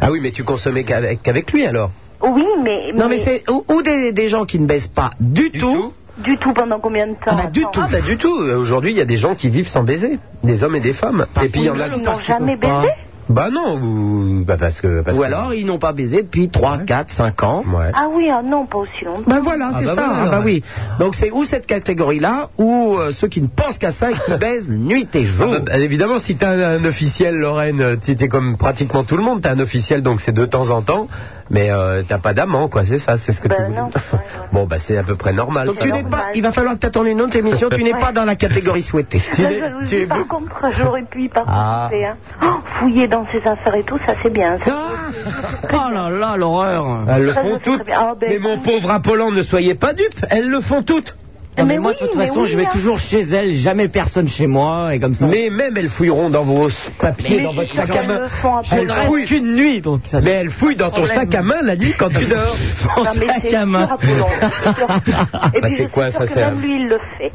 ah oui, mais tu consommais qu'avec qu'avec lui alors Oui mais Non, mais c'est ou, ou des, des gens qui ne baissent pas du, tout. du tout pendant combien de temps Ah bah, du attends tout. Ah bah du tout, Euh, aujourd'hui il y a des gens qui vivent sans baiser, des hommes et des femmes. et puis il y en a Ils n'ont jamais baisé Bah non, vous... bah parce que... Parce Ou que- alors ils n'ont pas baisé depuis 3, 4, 5 ans. Ouais. Ah oui, ah non, pas aussi longtemps. Ben voilà, Ah c'est bah ça. voilà. ah bah oui. Donc c'est ou cette catégorie-là, ou euh, ceux qui ne pensent qu'à ça et *laughs* qui baisent nuit et jour. Ah bah, bah, évidemment, si t'as un, un officiel, Lorraine, euh, t'es t'es comme pratiquement tout le monde, t'as un officiel, donc c'est de temps en temps, mais euh, t'as pas d'amant, quoi, c'est ça, c'est ce que Bah tu voulais non, dire. ouais, ouais. Bon, bah c'est à peu près normal. Donc ça. tu n'es pas. Il va falloir que tu attendes une autre émission. Tu n'es pas dans la catégorie souhaitée. La es- jalousie, tu es Ah. par beaucoup- contre, j'aurais pu y participer. hein. Oh, fouiller dans ses affaires et tout, ça c'est bien. ça. Ah oh là là, l'horreur. Elles le Ça, je font sais toutes. très bien. Ah, Oh, ben, mais mon pauvre Apollon, ne soyez pas dupes, elles le font toutes. Non, mais, Mais moi, oui, de toute mais façon, oui, je vais hein. toujours chez elle, jamais personne chez moi, et comme ça. Mais même elles fouilleront dans vos papiers, Mais dans votre si, sac à elles main. le font après. Elles Elles fouillent. qu'une nuit, donc ça. Mais elles fouillent dans ton Problème. sac à main la nuit quand tu dors. Mon Non, mais sac c'est à main. sûr, *laughs* Apollon, c'est sûr. Et Bah, puis c'est je quoi, suis ça, sûre que c'est un- même lui il le fait.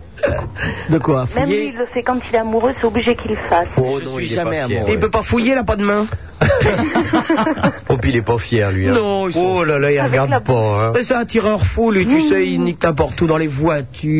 De quoi Même fouiller lui il le fait quand il est amoureux, c'est obligé qu'il le fasse. Oh Je non, suis il est pas jamais fier, amoureux. ouais. Il peut pas fouiller, là, pas de main. Oh, puis il est pas fier, lui. hein. Non, ils sont- Oh là là, il Avec la regarde pas. hein. Mais c'est un tireur fou, lui. Tu sais, il nique n'importe où dans les voitures. Moi,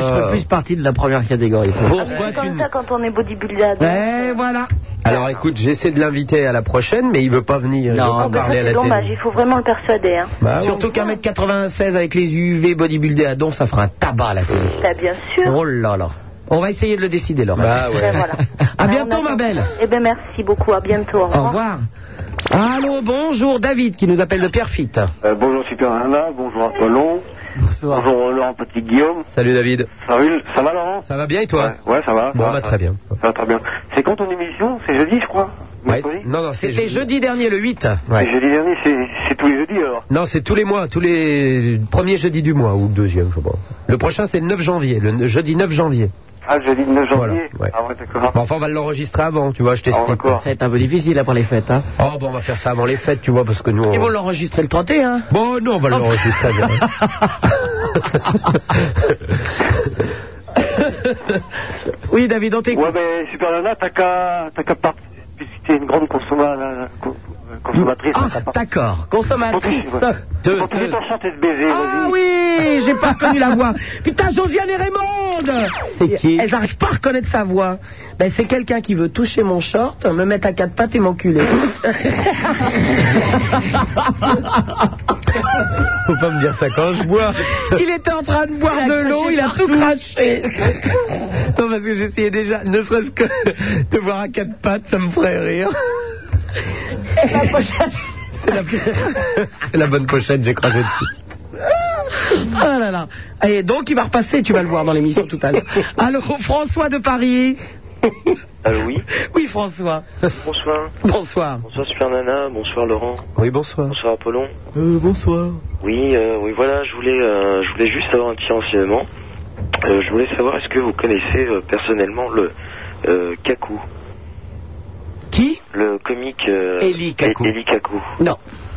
je euh, fais plus partie de la première catégorie. Ah, mais c'est comme ça quand on est bodybuilder. Eh voilà. Alors écoute, j'essaie de l'inviter à la prochaine, mais il veut pas venir. Il veut Non, mais pas Ça, parler à C'est la dommage, télé. il faut vraiment le persuader. Hein. Bah, Surtout qu'un mètre 96 avec les UV bodybuildés à don, ça fera un tabac là. Bah, bien sûr. Oh là là. On va essayer de le décider, Laurent. Bah *laughs* ouais. Ben voilà. À bientôt, ma belle. Eh bien, merci beaucoup. À bientôt. Au Au revoir. Allô, bonjour David qui nous appelle de Pierrefitte. Euh, bonjour Super Nana, bonjour Apollon. Bonsoir. Bonjour Laurent Petit Guillaume. Salut David. Ça va, ça va, Laurent Ça va bien et toi Ouais, ouais, ça va. Bon, ça va, bah, très bien. Ça va très bien. C'est quand ton émission C'est jeudi, je crois. Mercredi Non, non, c'est C'était jeudi dernier, le 8. C'est jeudi dernier, c'est- c'est tous les jeudis alors. Non, c'est tous les mois, tous les premiers jeudis du mois ou le deuxième, je sais pas. Le prochain, c'est le 9 janvier, le jeudi 9 janvier. Ah, le jeudi de 9 janvier. Voilà, ouais. Ah ouais, d'accord. Bon, enfin, on va l'enregistrer avant, tu vois, je Ah, t'explique. d'accord. Ça va être un peu difficile après les fêtes. Hein. Oh, bon, on va faire ça avant les fêtes, tu vois, parce que nous. Ils on- vont l'enregistrer le Ah. 31. Bon, non, on va *laughs* l'enregistrer avant. Oui, David, on t'écoute. Ouais, mais Super Nana, t'as qu'à t'as qu'à partir. T'es une grande euh, consomma- co- consommatrice. Ah, d'accord. Consommatrice. Continue, ouais. Deux, Continue deux. ton chant et de baiser, Ah vas-y. oui, j'ai pas reconnu la voix. Putain, Josiane et Raymond C'est qui Elles n'arrivent pas à reconnaître sa voix. Ben, c'est quelqu'un qui veut toucher mon short, me mettre à quatre pattes *laughs* et m'enculer. Faut pas me dire ça quand je bois. il était en train de boire de l'eau, il a tout craché. *laughs* Non, parce que j'essayais déjà, ne serait-ce que te voir à quatre pattes, ça me *laughs* ferait rire. C'est la, c'est la bonne pochette, j'ai craché dessus. Ah là là. Et donc, il va repasser, tu vas le voir dans l'émission tout *laughs* à l'heure. Allô, François de Paris. Allô, oui. Oui, François. Bonsoir. Bonsoir. Bonsoir Super Nana, Ah, bonsoir Laurent, Oui, bonsoir. bonsoir Apollon. bonsoir. Oui, euh, oui, voilà, je voulais, euh, je voulais juste avoir un petit renseignement. Euh, je voulais savoir est-ce que vous connaissez euh, personnellement le euh, Kaku, Qui le comique euh, Eli Kaku. Ah, Eli Kaku. Non.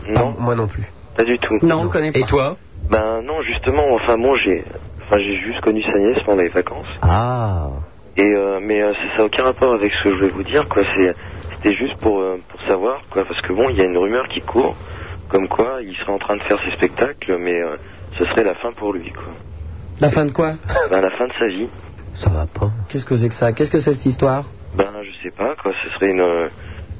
Non, Ah, moi non plus. pas du tout. Non, on connaît pas. Et toi Ben non, justement, enfin moi j'ai, enfin j'ai juste connu sa nièce pendant les vacances. Ah. Et euh, mais euh, ça n'a aucun rapport avec ce que je voulais vous dire, quoi. C'est, c'était juste pour euh, pour savoir, quoi, parce que bon, il y a une rumeur qui court, comme quoi il serait en train de faire ses spectacles, mais euh, ce serait la fin pour lui, quoi. La fin de *laughs* quoi Ben la fin de sa vie, Ça va pas. Qu'est-ce que c'est que ça Qu'est-ce que c'est cette histoire ben je sais pas, quoi. Ce serait une euh,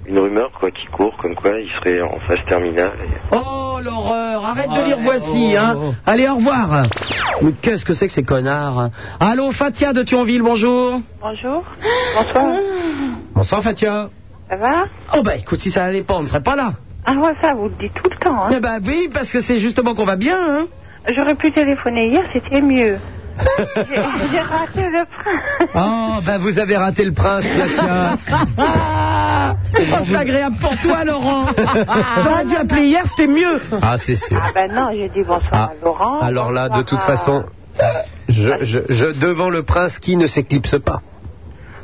une rumeur, quoi, qui court, comme quoi il serait en phase terminale. et- Oh l'horreur Arrête de dire Ouais, voici, oh. hein Allez, au revoir Mais qu'est-ce que c'est que ces connards Allô, Fatia de Thionville, bonjour Bonjour. Bonsoir. Bonsoir Fatia. Ça va Oh bah écoute, si ça allait pas, on ne serait pas là Ah ouais, ça, vous le dites tout le temps. hein. Eh bah oui, parce que c'est justement qu'on va bien, hein J'aurais pu téléphoner hier, c'était mieux. J'ai raté le prince. Oh, ben vous avez raté le prince, Fatia. Ah Oh, c'est agréable pour toi, Laurent J'aurais dû appeler hier, c'était mieux Ah, c'est sûr. Ah ben non, j'ai dit bonsoir Ah. à Laurent. Alors là, de bonsoir toute à- façon, je, je, je devant le prince qui ne s'éclipse pas.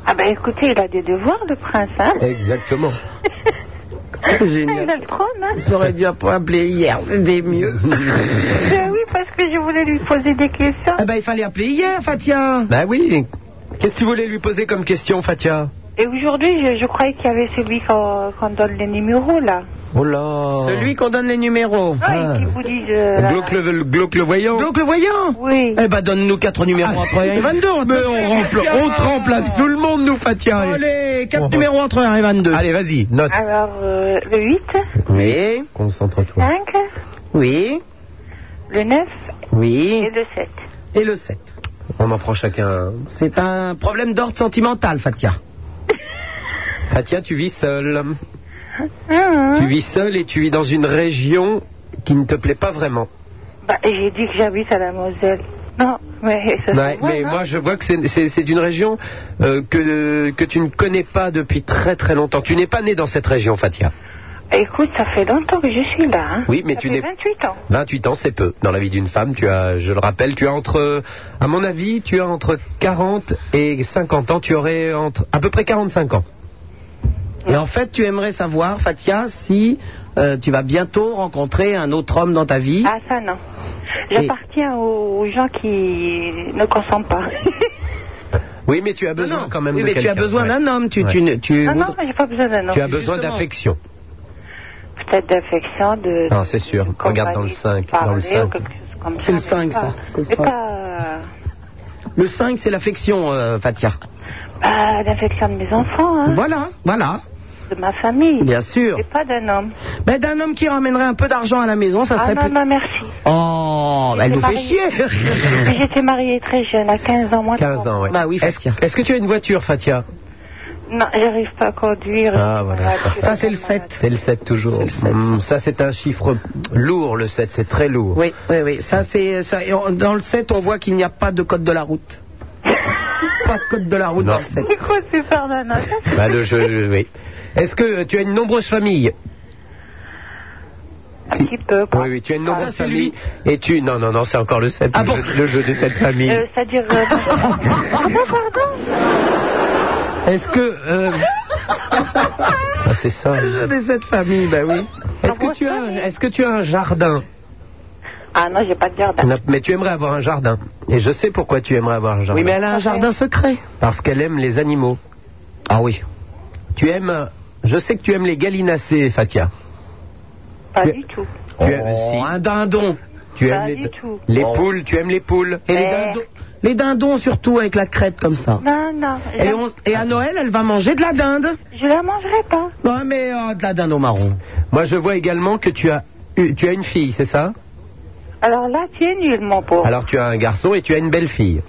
Ah ben écoutez, il a des devoirs, le prince, hein Exactement. C'est Il génial a le trône, hein J'aurais dû appeler hier, c'était mieux *laughs* Ben oui, parce que je voulais lui poser des questions. Eh bah il fallait appeler hier, Fatia Bah oui. Qu'est-ce que tu voulais lui poser comme question, Fatia Et aujourd'hui, je, je croyais qu'il y avait celui qu'on qu'on donne les numéros, là. Oh là. Celui qu'on donne les numéros Oui, qui vous dit... euh, la- Glauque le, le- glauque le voyant. Donc le voyant Oui. Eh ben donne-nous quatre numéros entre 1 et 22. Mais on, rempla- on te remplace tout le monde, nous, Oh Fatia. Allez, quatre numéros entre 1 et 22. Allez, vas-y, note. Alors, euh, le 8, Oui, Concentre-toi. 5, oui, le 9 et oui. le 7. Et le 7. On en prend chacun. un. C'est un problème d'ordre sentimental, Fatia. Fatia, tu vis seule. Hum, Tu hum. vis seule et tu vis dans une région qui ne te plaît pas vraiment. Bah, j'ai dit que j'habite à la Moselle. Non, mais ça se Ouais, voit, mais non moi, je vois que c'est- c'est c'est d'une région euh, que, que tu ne connais pas depuis très très longtemps. Tu n'es pas né dans cette région, Fatia. Écoute, ça fait longtemps que je suis là. Hein. Oui, mais Ça tu fait n'es- 28 ans. 28 ans, c'est peu. Dans la vie d'une femme, tu as, je le rappelle, tu as entre, à mon avis, tu as entre 40 et 50 ans. Tu aurais entre à peu près 45 ans. Et en fait, tu aimerais savoir, Fatia, si euh, tu vas bientôt rencontrer un autre homme dans ta vie. Ah, ça, non. J'appartiens aux aux gens qui ne consentent pas. Oui, mais tu as Non, besoin non, quand même oui, de mais tu as quelqu'un. besoin Ouais. d'un homme. Tu, Ouais. tu, ne- *laughs* tu, non, non, voudrais- j'ai pas besoin d'un Tu homme. as besoin Justement. d'affection. Peut-être d'affection, de. Non, c'est sûr. de Regarde dans le compagnie, cinq, de parler dans le ou cinq. quelque chose comme C'est le mais cinq, pas- ça, c'est le mais cinq. pas. euh, Le 5, c'est l'affection, euh, Fatia. Bah, l'affection de mes enfants, hein, Voilà, voilà. de ma famille. Bien sûr. Et pas d'un homme. Ben, d'un homme qui ramènerait un peu d'argent à la maison, ça Ah serait *coughs* non, plus... non, merci. Oh, Oh, bah, elle nous fait chier. *laughs* Puis J'étais mariée très jeune, à 15 ans, moins de 15 ans, ouais. Bah oui, Est-ce est-ce que tu as une voiture, Fatia Non, j'arrive pas à conduire. Ah, voilà. je Ça, suis c'est le malade. C'est le 7 toujours. Mm. Hmm, ça, c'est un chiffre lourd, le 7, c'est très lourd. Oui, oui, oui. Ça fait, ça, et on- dans le 7, on voit qu'il n'y a pas de code de la *laughs* route. pas de code de la route Non. dans le 7. *laughs* C'est quoi super nana Bah, le jeu, je- oui. Est-ce que tu as une nombreuse famille Un petit peu. Ah. quoi. Oui, oui, tu as une nombreuse famille. Et tu. Non, non, non, c'est encore le Ah 7. le, jeu, le jeu *laughs* des 7 familles. Euh, C'est-à-dire. euh, pardon, pardon. Est-ce que. euh, ça, c'est ça. Le jeu des 7 familles, bah oui. Est-ce que, tu as, est-ce que tu as un jardin Ah non, j'ai pas de jardin. Non, Mais tu aimerais avoir un jardin. Et je sais pourquoi tu aimerais avoir un jardin. Oui, mais elle a un jardin secret. Parce qu'elle aime les animaux. Ah oui. Tu aimes. Je sais que tu aimes les gallinacées, Fatia. Pas du tout. Tu aimes, Oh, si. un dindon. Tu Pas aimes les, du tout. les Oh. poules, tu aimes les poules. Et les Merde. dindons, les dindons surtout avec la crête comme ça. Non, non. Je, Et, on- et à Noël, elle va manger de la dinde. je la mangerai pas. Non, mais euh, de la dinde au marron. Moi, je vois également que tu as, eu- tu as une fille, c'est ça Alors là, tu es nul, mon pauvre. Alors, Alors, tu as un garçon et tu as une belle fille.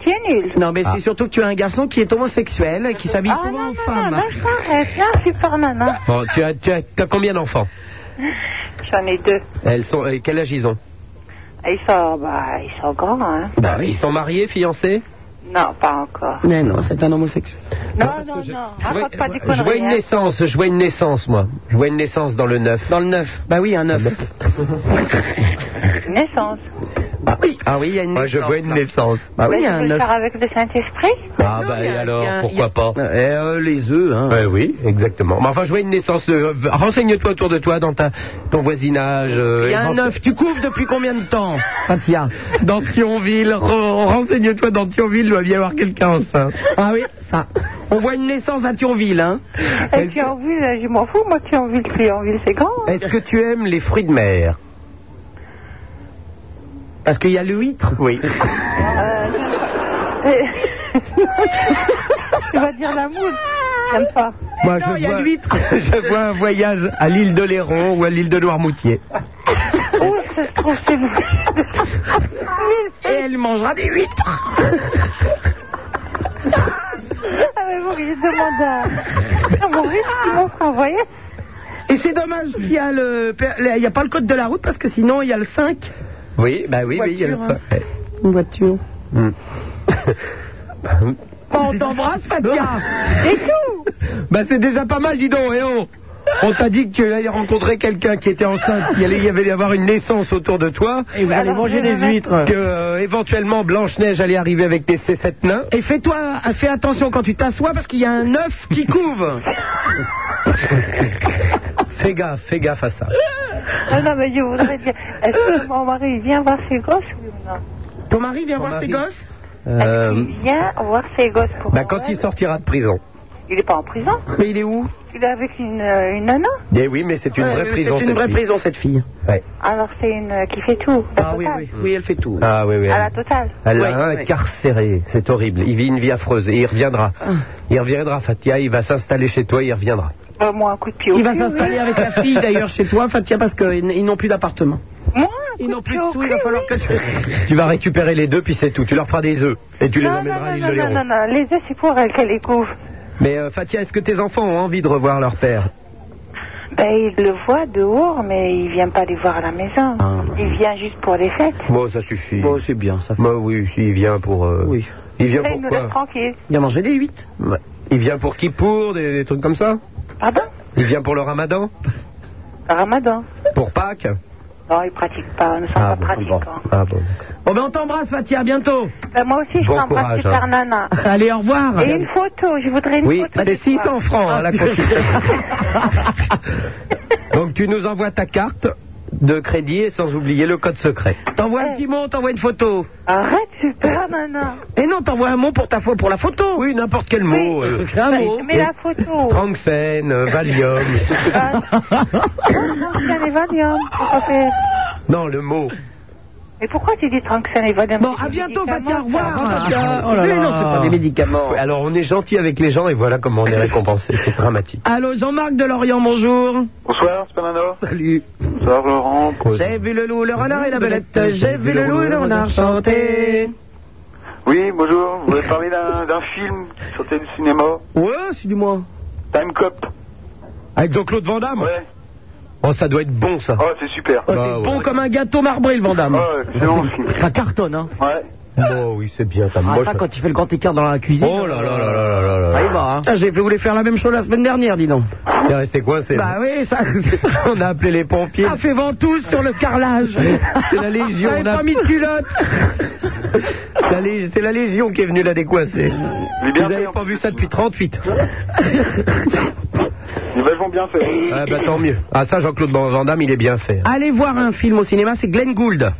tu es nul. Non, mais Ah. c'est surtout que tu as un garçon qui est homosexuel et qui s'habille Ah souvent non, en non, femme. non, là, je t'arrête. Là, super nana. Bon, tu as, tu as, tu as combien d'enfants J'en ai deux. Elles sont, euh, quel âge ils ont Et Ils sont, bah, ils sont grands, hein. Bah, Ils sont mariés, fiancés Non, pas encore. Mais non, c'est un homosexuel. Non, non, non. Ah, Raconte pas des Je vois conneries. une hein. naissance, je vois une naissance, moi. Je vois une naissance dans le 9. Dans le 9. Bah oui, un 9. hein. Naissance. Ah oui, ah oui, il y a une Moi, je vois une naissance. Bah oui, il y a tu un veux Ben, 9. le faire avec le Saint-Esprit Ah, bah, et alors, pourquoi pas Eh, euh, les œufs, hein. Ouais, oui, exactement. Mais enfin, je vois une naissance. euh, Renseigne-toi autour de toi, dans ta, ton voisinage. euh, Il y a un éventu- œuf. Tu couvres depuis combien de temps Patia. Dans Thionville. Re- Renseigne-toi dans Thionville, il doit bien y avoir quelqu'un enceinte. Ah oui, ça. On voit une naissance à Thionville, hein. Et puis en ville, je m'en fous, moi qui en ville, qui en ville, c'est grand. hein. Est-ce que tu aimes les fruits de mer Parce qu'il y a le huître. Oui. tu vas dire la moule. J'aime pas. Moi, Non, il y a vois- l'huître. *laughs* je vois un voyage à l'île de Léron ou à l'île de Noirmoutier. Où ça se trouve chez vous Et elle mangera des huîtres. Ah mais vous riez, demande à... à mon riche qui m'offre un voyage. Et c'est dommage qu'il y a le, il y a pas le code de la route parce que sinon il y a le 5. Oui, bah oui, oui, il y a le- Voiture, hein. Une voiture. on t'embrasse, Fatia. Et tout Bah c'est déjà pas mal, dis donc, eh oh On t'a dit que tu allais rencontrer quelqu'un qui était enceinte, qu'il allait y avait y avoir une naissance autour de toi, Et vous allez Alors, manger je des vais mettre- huîtres. que euh, éventuellement Blanche-Neige allait arriver avec des ses sept nains. Et fais-toi, fais attention quand tu t'assois parce qu'il y a un œuf qui couve. *laughs* Fais gaffe, fais gaffe à ça. Non, non, mais je voudrais dire, est-ce que mon mari vient voir ses gosses oui ou non Ton mari vient Ton voir mari. ses gosses Euh, Il vient voir ses gosses pour bah quand il Noël. sortira de prison. Il est pas en prison, Mais il est où il est avec une, euh, une nana. Eh oui, mais c'est une Ouais, vraie mais prison. Euh, C'est une cette vraie fille. prison cette fille. Ah Ouais. Alors c'est une euh, qui fait tout. la totale. Oui, elle fait tout. Ah oui, oui. À la elle- totale. Elle Ouais, l'a ouais. incarcéré, c'est horrible. Il vit une vie affreuse et il reviendra. Ah. Il reviendra, Fatia, il va s'installer chez toi, il *laughs* reviendra. Euh, moi un coup de pied au Il va cul, s'installer oui. avec la fille d'ailleurs chez toi, Fatia, parce qu'ils ils n'ont plus d'appartement. Moi un Ils coup n'ont plus pied de au sous, il va cul, falloir oui. que tu. Tu vas récupérer les deux, puis c'est tout. Tu leur feras des œufs et tu les Non, non, emmèneras à l'île de non, non, Léron. non, non, les œufs, c'est pour elle qu'elle les couvre. Mais euh, Fatia, est-ce que tes enfants ont envie de revoir leur père Ben, il le voit dehors, mais il vient pas les voir à la maison. Ah, bah. il vient juste pour les fêtes. Bon, ça suffit. Bon, c'est bien, ça fait. Bah oui, il vient pour. euh, Oui. Il vient Là, Ben, il pour Eh, nous laisse quoi tranquille. Il a mangé des huîtres. Ouais. Il vient pour qui Pour des, des trucs comme ça Pardon Il vient pour le ramadan Ramadan. Pour Pâques Non, il pratique hein. pas, nous sommes pas pratiquants. bon. Ah bon. Bon, ben on t'embrasse, Fatia, à bientôt. Ben, moi aussi, je Bon t'embrasse, courage, super hein. Ah, nana. Allez, au revoir. Et une photo, je voudrais une Oui, photo. c'est de 600 toi. francs hein, la consultation. *laughs* Donc tu nous envoies ta carte de crédit et sans oublier le code secret. T'envoies un petit mot, t'envoies une photo. Arrête, super nana. Et non, t'envoies un mot pour ta fo- pour la photo. Oui, n'importe quel mot. *laughs* euh, Un mot. Mais la *laughs* photo. Trangfen, euh, Valium. Ah, non, je viens les Valium, faut pas faire. non, le mot. Mais pourquoi tu dis 35 évadés Bon, à bientôt, Ah, Fatia, au revoir. Oh là Mais là. non, c'est pas des médicaments. Alors on est gentil avec les gens et voilà comment on est récompensé. C'est dramatique. Allô, Jean-Marc de Lorient, bonjour. Bonsoir, Spanano. Salut. Bonsoir, Laurent. J'ai vu le loup, le renard et la belette. J'ai vu le loup et le renard chanter. Oui, bonjour. Vous voulez parler d'un d'un film sorti du cinéma Ouais, c'est du moi. Time Cop. Avec Jean-Claude Van Damme Ouais. Oh, ça doit être bon ça. Oh, c'est super. Oh, c'est Bah, ouais. Bon comme un gâteau marbré, le Vandame. Ah, Ouais, excellent. Ah, Ça cartonne, hein. Ouais. Oh oui, c'est bien. t'as Ah, moche. ça, quand il fait le grand écart dans la cuisine. Oh là là là là là là. Ça y va, hein. Putain, J'ai fait voulu faire la même chose la semaine dernière, dis donc. T'es resté coincé. Bah oui, ça. *laughs* On a appelé les pompiers. Ça fait ventouse sur le carrelage. *laughs* C'est la Légion, J'avais on a- pas mis de culotte. *laughs* La lég- C'est la légion qui est venue la décoincer. Il est Vous bien fait. n'avez pas vu ça depuis 38. Il est vachement bien fait. Ah bah tant mieux. Ah ça, Jean-Claude Van Damme, il est bien fait. hein. Allez voir un film au cinéma, c'est Glenn Gould.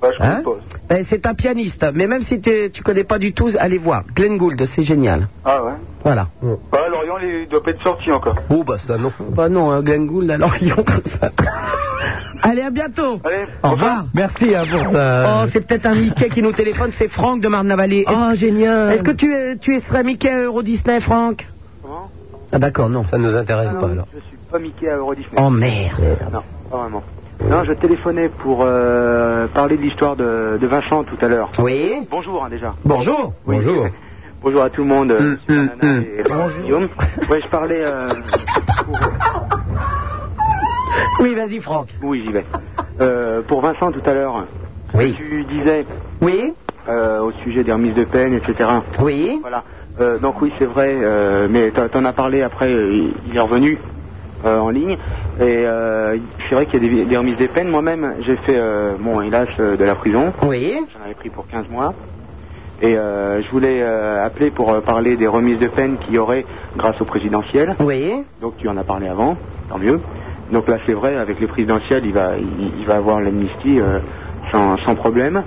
Bah, je Hein propose. Ben, c'est un pianiste, mais même si tu, tu connais pas du tout, allez voir. Glenn Gould, c'est génial. Ah ouais. Voilà. Bah, Lorient, il il doit pas être sorti encore. Oh bah ça non. Bah non, hein, Glenn Gould, alors ils ont- *laughs* Allez, à bientôt. Allez, Au revoir. Merci hein, pour ça. Oh, c'est peut-être un Mickey qui nous téléphone, c'est Franck de Marne-la-Vallée. Oh, génial. Est-ce que tu, es- tu es- serais Mickey à Euro Disney, Franck Comment Ah d'accord, non. Ça ne nous intéresse Ah, pas alors. Je suis pas Mickey à Euro Disney. Oh merde. Non, pas vraiment. Non, je téléphonais pour euh, parler de l'histoire de, de Vincent tout à l'heure. Oui. Bonjour hein, déjà. Bonjour. Bonjour. Bonjour à tout le monde. euh, Mm, Super Nana mm, et Guillaume. Ouais, je parlais. euh, Oui, vas-y, Franck. Oui, j'y vais. Euh, pour Vincent tout à l'heure, Oui. tu disais Oui. euh, au sujet des remises de peine, etc. Oui. Voilà. Euh, donc oui, c'est vrai, euh, mais t'en t'en as parlé après, euh, il est revenu euh, en ligne. Et euh, c'est vrai qu'il y a des, des remises des peines. Moi-même, j'ai fait, euh, bon, hélas, euh, de la prison. Oui. J'en avais pris pour 15 mois. Et euh, je voulais euh, appeler pour euh, parler des remises de peine qu'il y aurait grâce au présidentiel. Oui. Donc tu en as parlé avant, tant mieux. Donc là c'est vrai, avec les présidentielles, il va, il, il va avoir l'amnistie euh, sans, sans problème.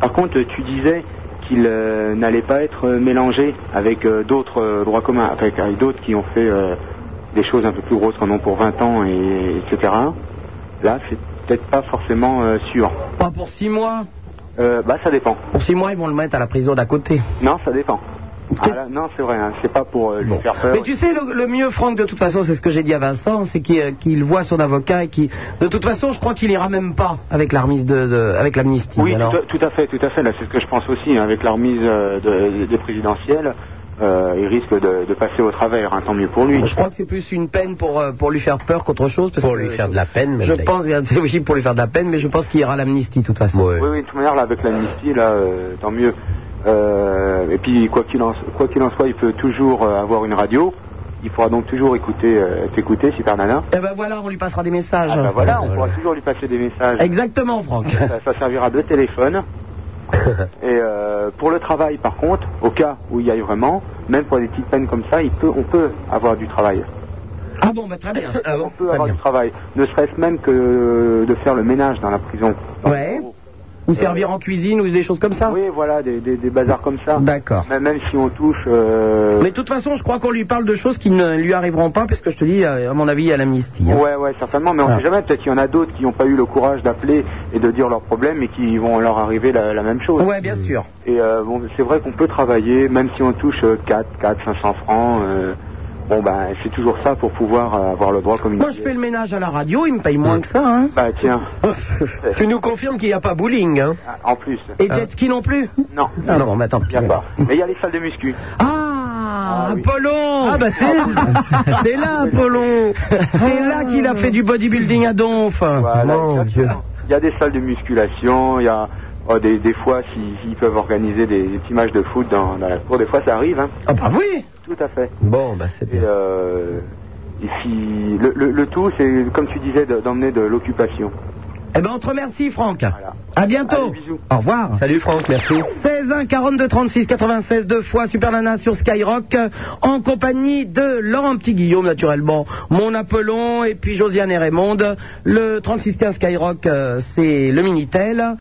Par contre, tu disais qu'il euh, n'allait pas être euh, mélangé avec euh, d'autres euh, droits communs, avec, avec d'autres qui ont fait euh, des choses un peu plus grosses, comme ont pour 20 ans, et, etc. Là, c'est peut-être pas forcément euh, sûr. Pas pour six mois. Euh, bah ça dépend. Pour six mois, ils vont le mettre à la prison d'à côté. Non, ça dépend. Ah, là, non, c'est vrai, hein, c'est pas pour euh, lui faire peur. Mais tu sais, le, le mieux, Franck, de toute façon, c'est ce que j'ai dit à Vincent, c'est qu'il euh, qu'il voit son avocat et qu'il. De toute façon, je crois qu'il ira même pas avec la remise de, de- avec l'amnistie. Oui, alors. tout à, tout à fait, tout à fait. Là, c'est ce que je pense aussi. hein, avec la remise euh, de- des présidentielles, euh, il risque de, de passer au travers. hein, tant mieux pour lui. Ah, Je crois que c'est plus une peine pour, euh, pour lui faire peur qu'autre chose. Parce Pour que- lui faire de la peine, mais Je pense, c'est *laughs* oui, pour lui faire de la peine, mais je pense qu'il ira à l'amnistie, de toute façon. Oui, oui, de toute manière, là, avec l'amnistie, là, euh, tant mieux. Euh, et puis, quoi qu'il en, quoi qu'il en soit, il peut toujours euh, avoir une radio. Il pourra donc toujours écouter, euh, t'écouter, Super Nana. Eh ben voilà, on lui passera des messages. Ah, bah voilà, on pourra toujours lui passer des messages. Exactement, *laughs* Franck. ça, ça servira de téléphone. Et euh, pour le travail, par contre, au cas où il y aille vraiment, même pour des petites peines comme ça, il peut, on peut avoir du travail. Ah bon, bah très bien. on peut avoir du travail, ne serait-ce même que de faire le ménage dans la prison. Dans le Ouais. bureau. Ou servir en cuisine ou des choses comme ça. Euh, Oui, voilà, des, des, des bazars comme ça. D'accord. Même, même si on touche. euh, Mais de toute façon, je crois qu'on lui parle de choses qui ne lui arriveront pas, puisque je te dis, euh, à mon avis, à l'amnistie. hein. Ouais, ouais, certainement, mais on Ah. sait jamais. Peut-être qu'il y en a d'autres qui n'ont pas eu le courage d'appeler et de dire leurs problèmes et qui vont leur arriver la, la même chose. Ouais, bien sûr. Et euh, bon, c'est vrai qu'on peut travailler, même si on touche euh, 4, 4, 500 francs. euh, bon, ben, c'est toujours ça pour pouvoir euh, avoir le droit comme une. Moi, je fais le ménage à la radio, il me paye moins que ça, hein. Bah, *laughs* tiens, Ah, Tu nous confirmes qu'il n'y a pas bowling, hein en plus. Et jet ski non plus Non, Ah non, mais attends. il n'y a pas. Mais il y a les salles de muscu. Ah, Ah, oui. Apollon Ah bah c'est c'est là Apollon C'est là qu'il a fait du bodybuilding à Donf Voilà, Mon exactement. Dieu. Il y a des salles de musculation, il y a oh, des, des fois, s'ils s'ils peuvent organiser des, des petits matchs de foot dans, dans la cour, des fois ça arrive, hein. Ah bah oui tout à fait. Bon, bah c'est Et, bien. euh, et si- le, le- le tout, c'est comme tu disais, de- d'emmener de l'occupation. Eh ben on te remercie Franck Voilà. À bientôt Allez, bisous. Au revoir Salut Franck, merci. 16 1 42 36 96 deux fois Super Nana sur Skyrock euh, en compagnie de Laurent Petit Guillaume naturellement, mon Apollon et puis Josiane et Raymond. Le 36 15 Skyrock euh, c'est le Minitel.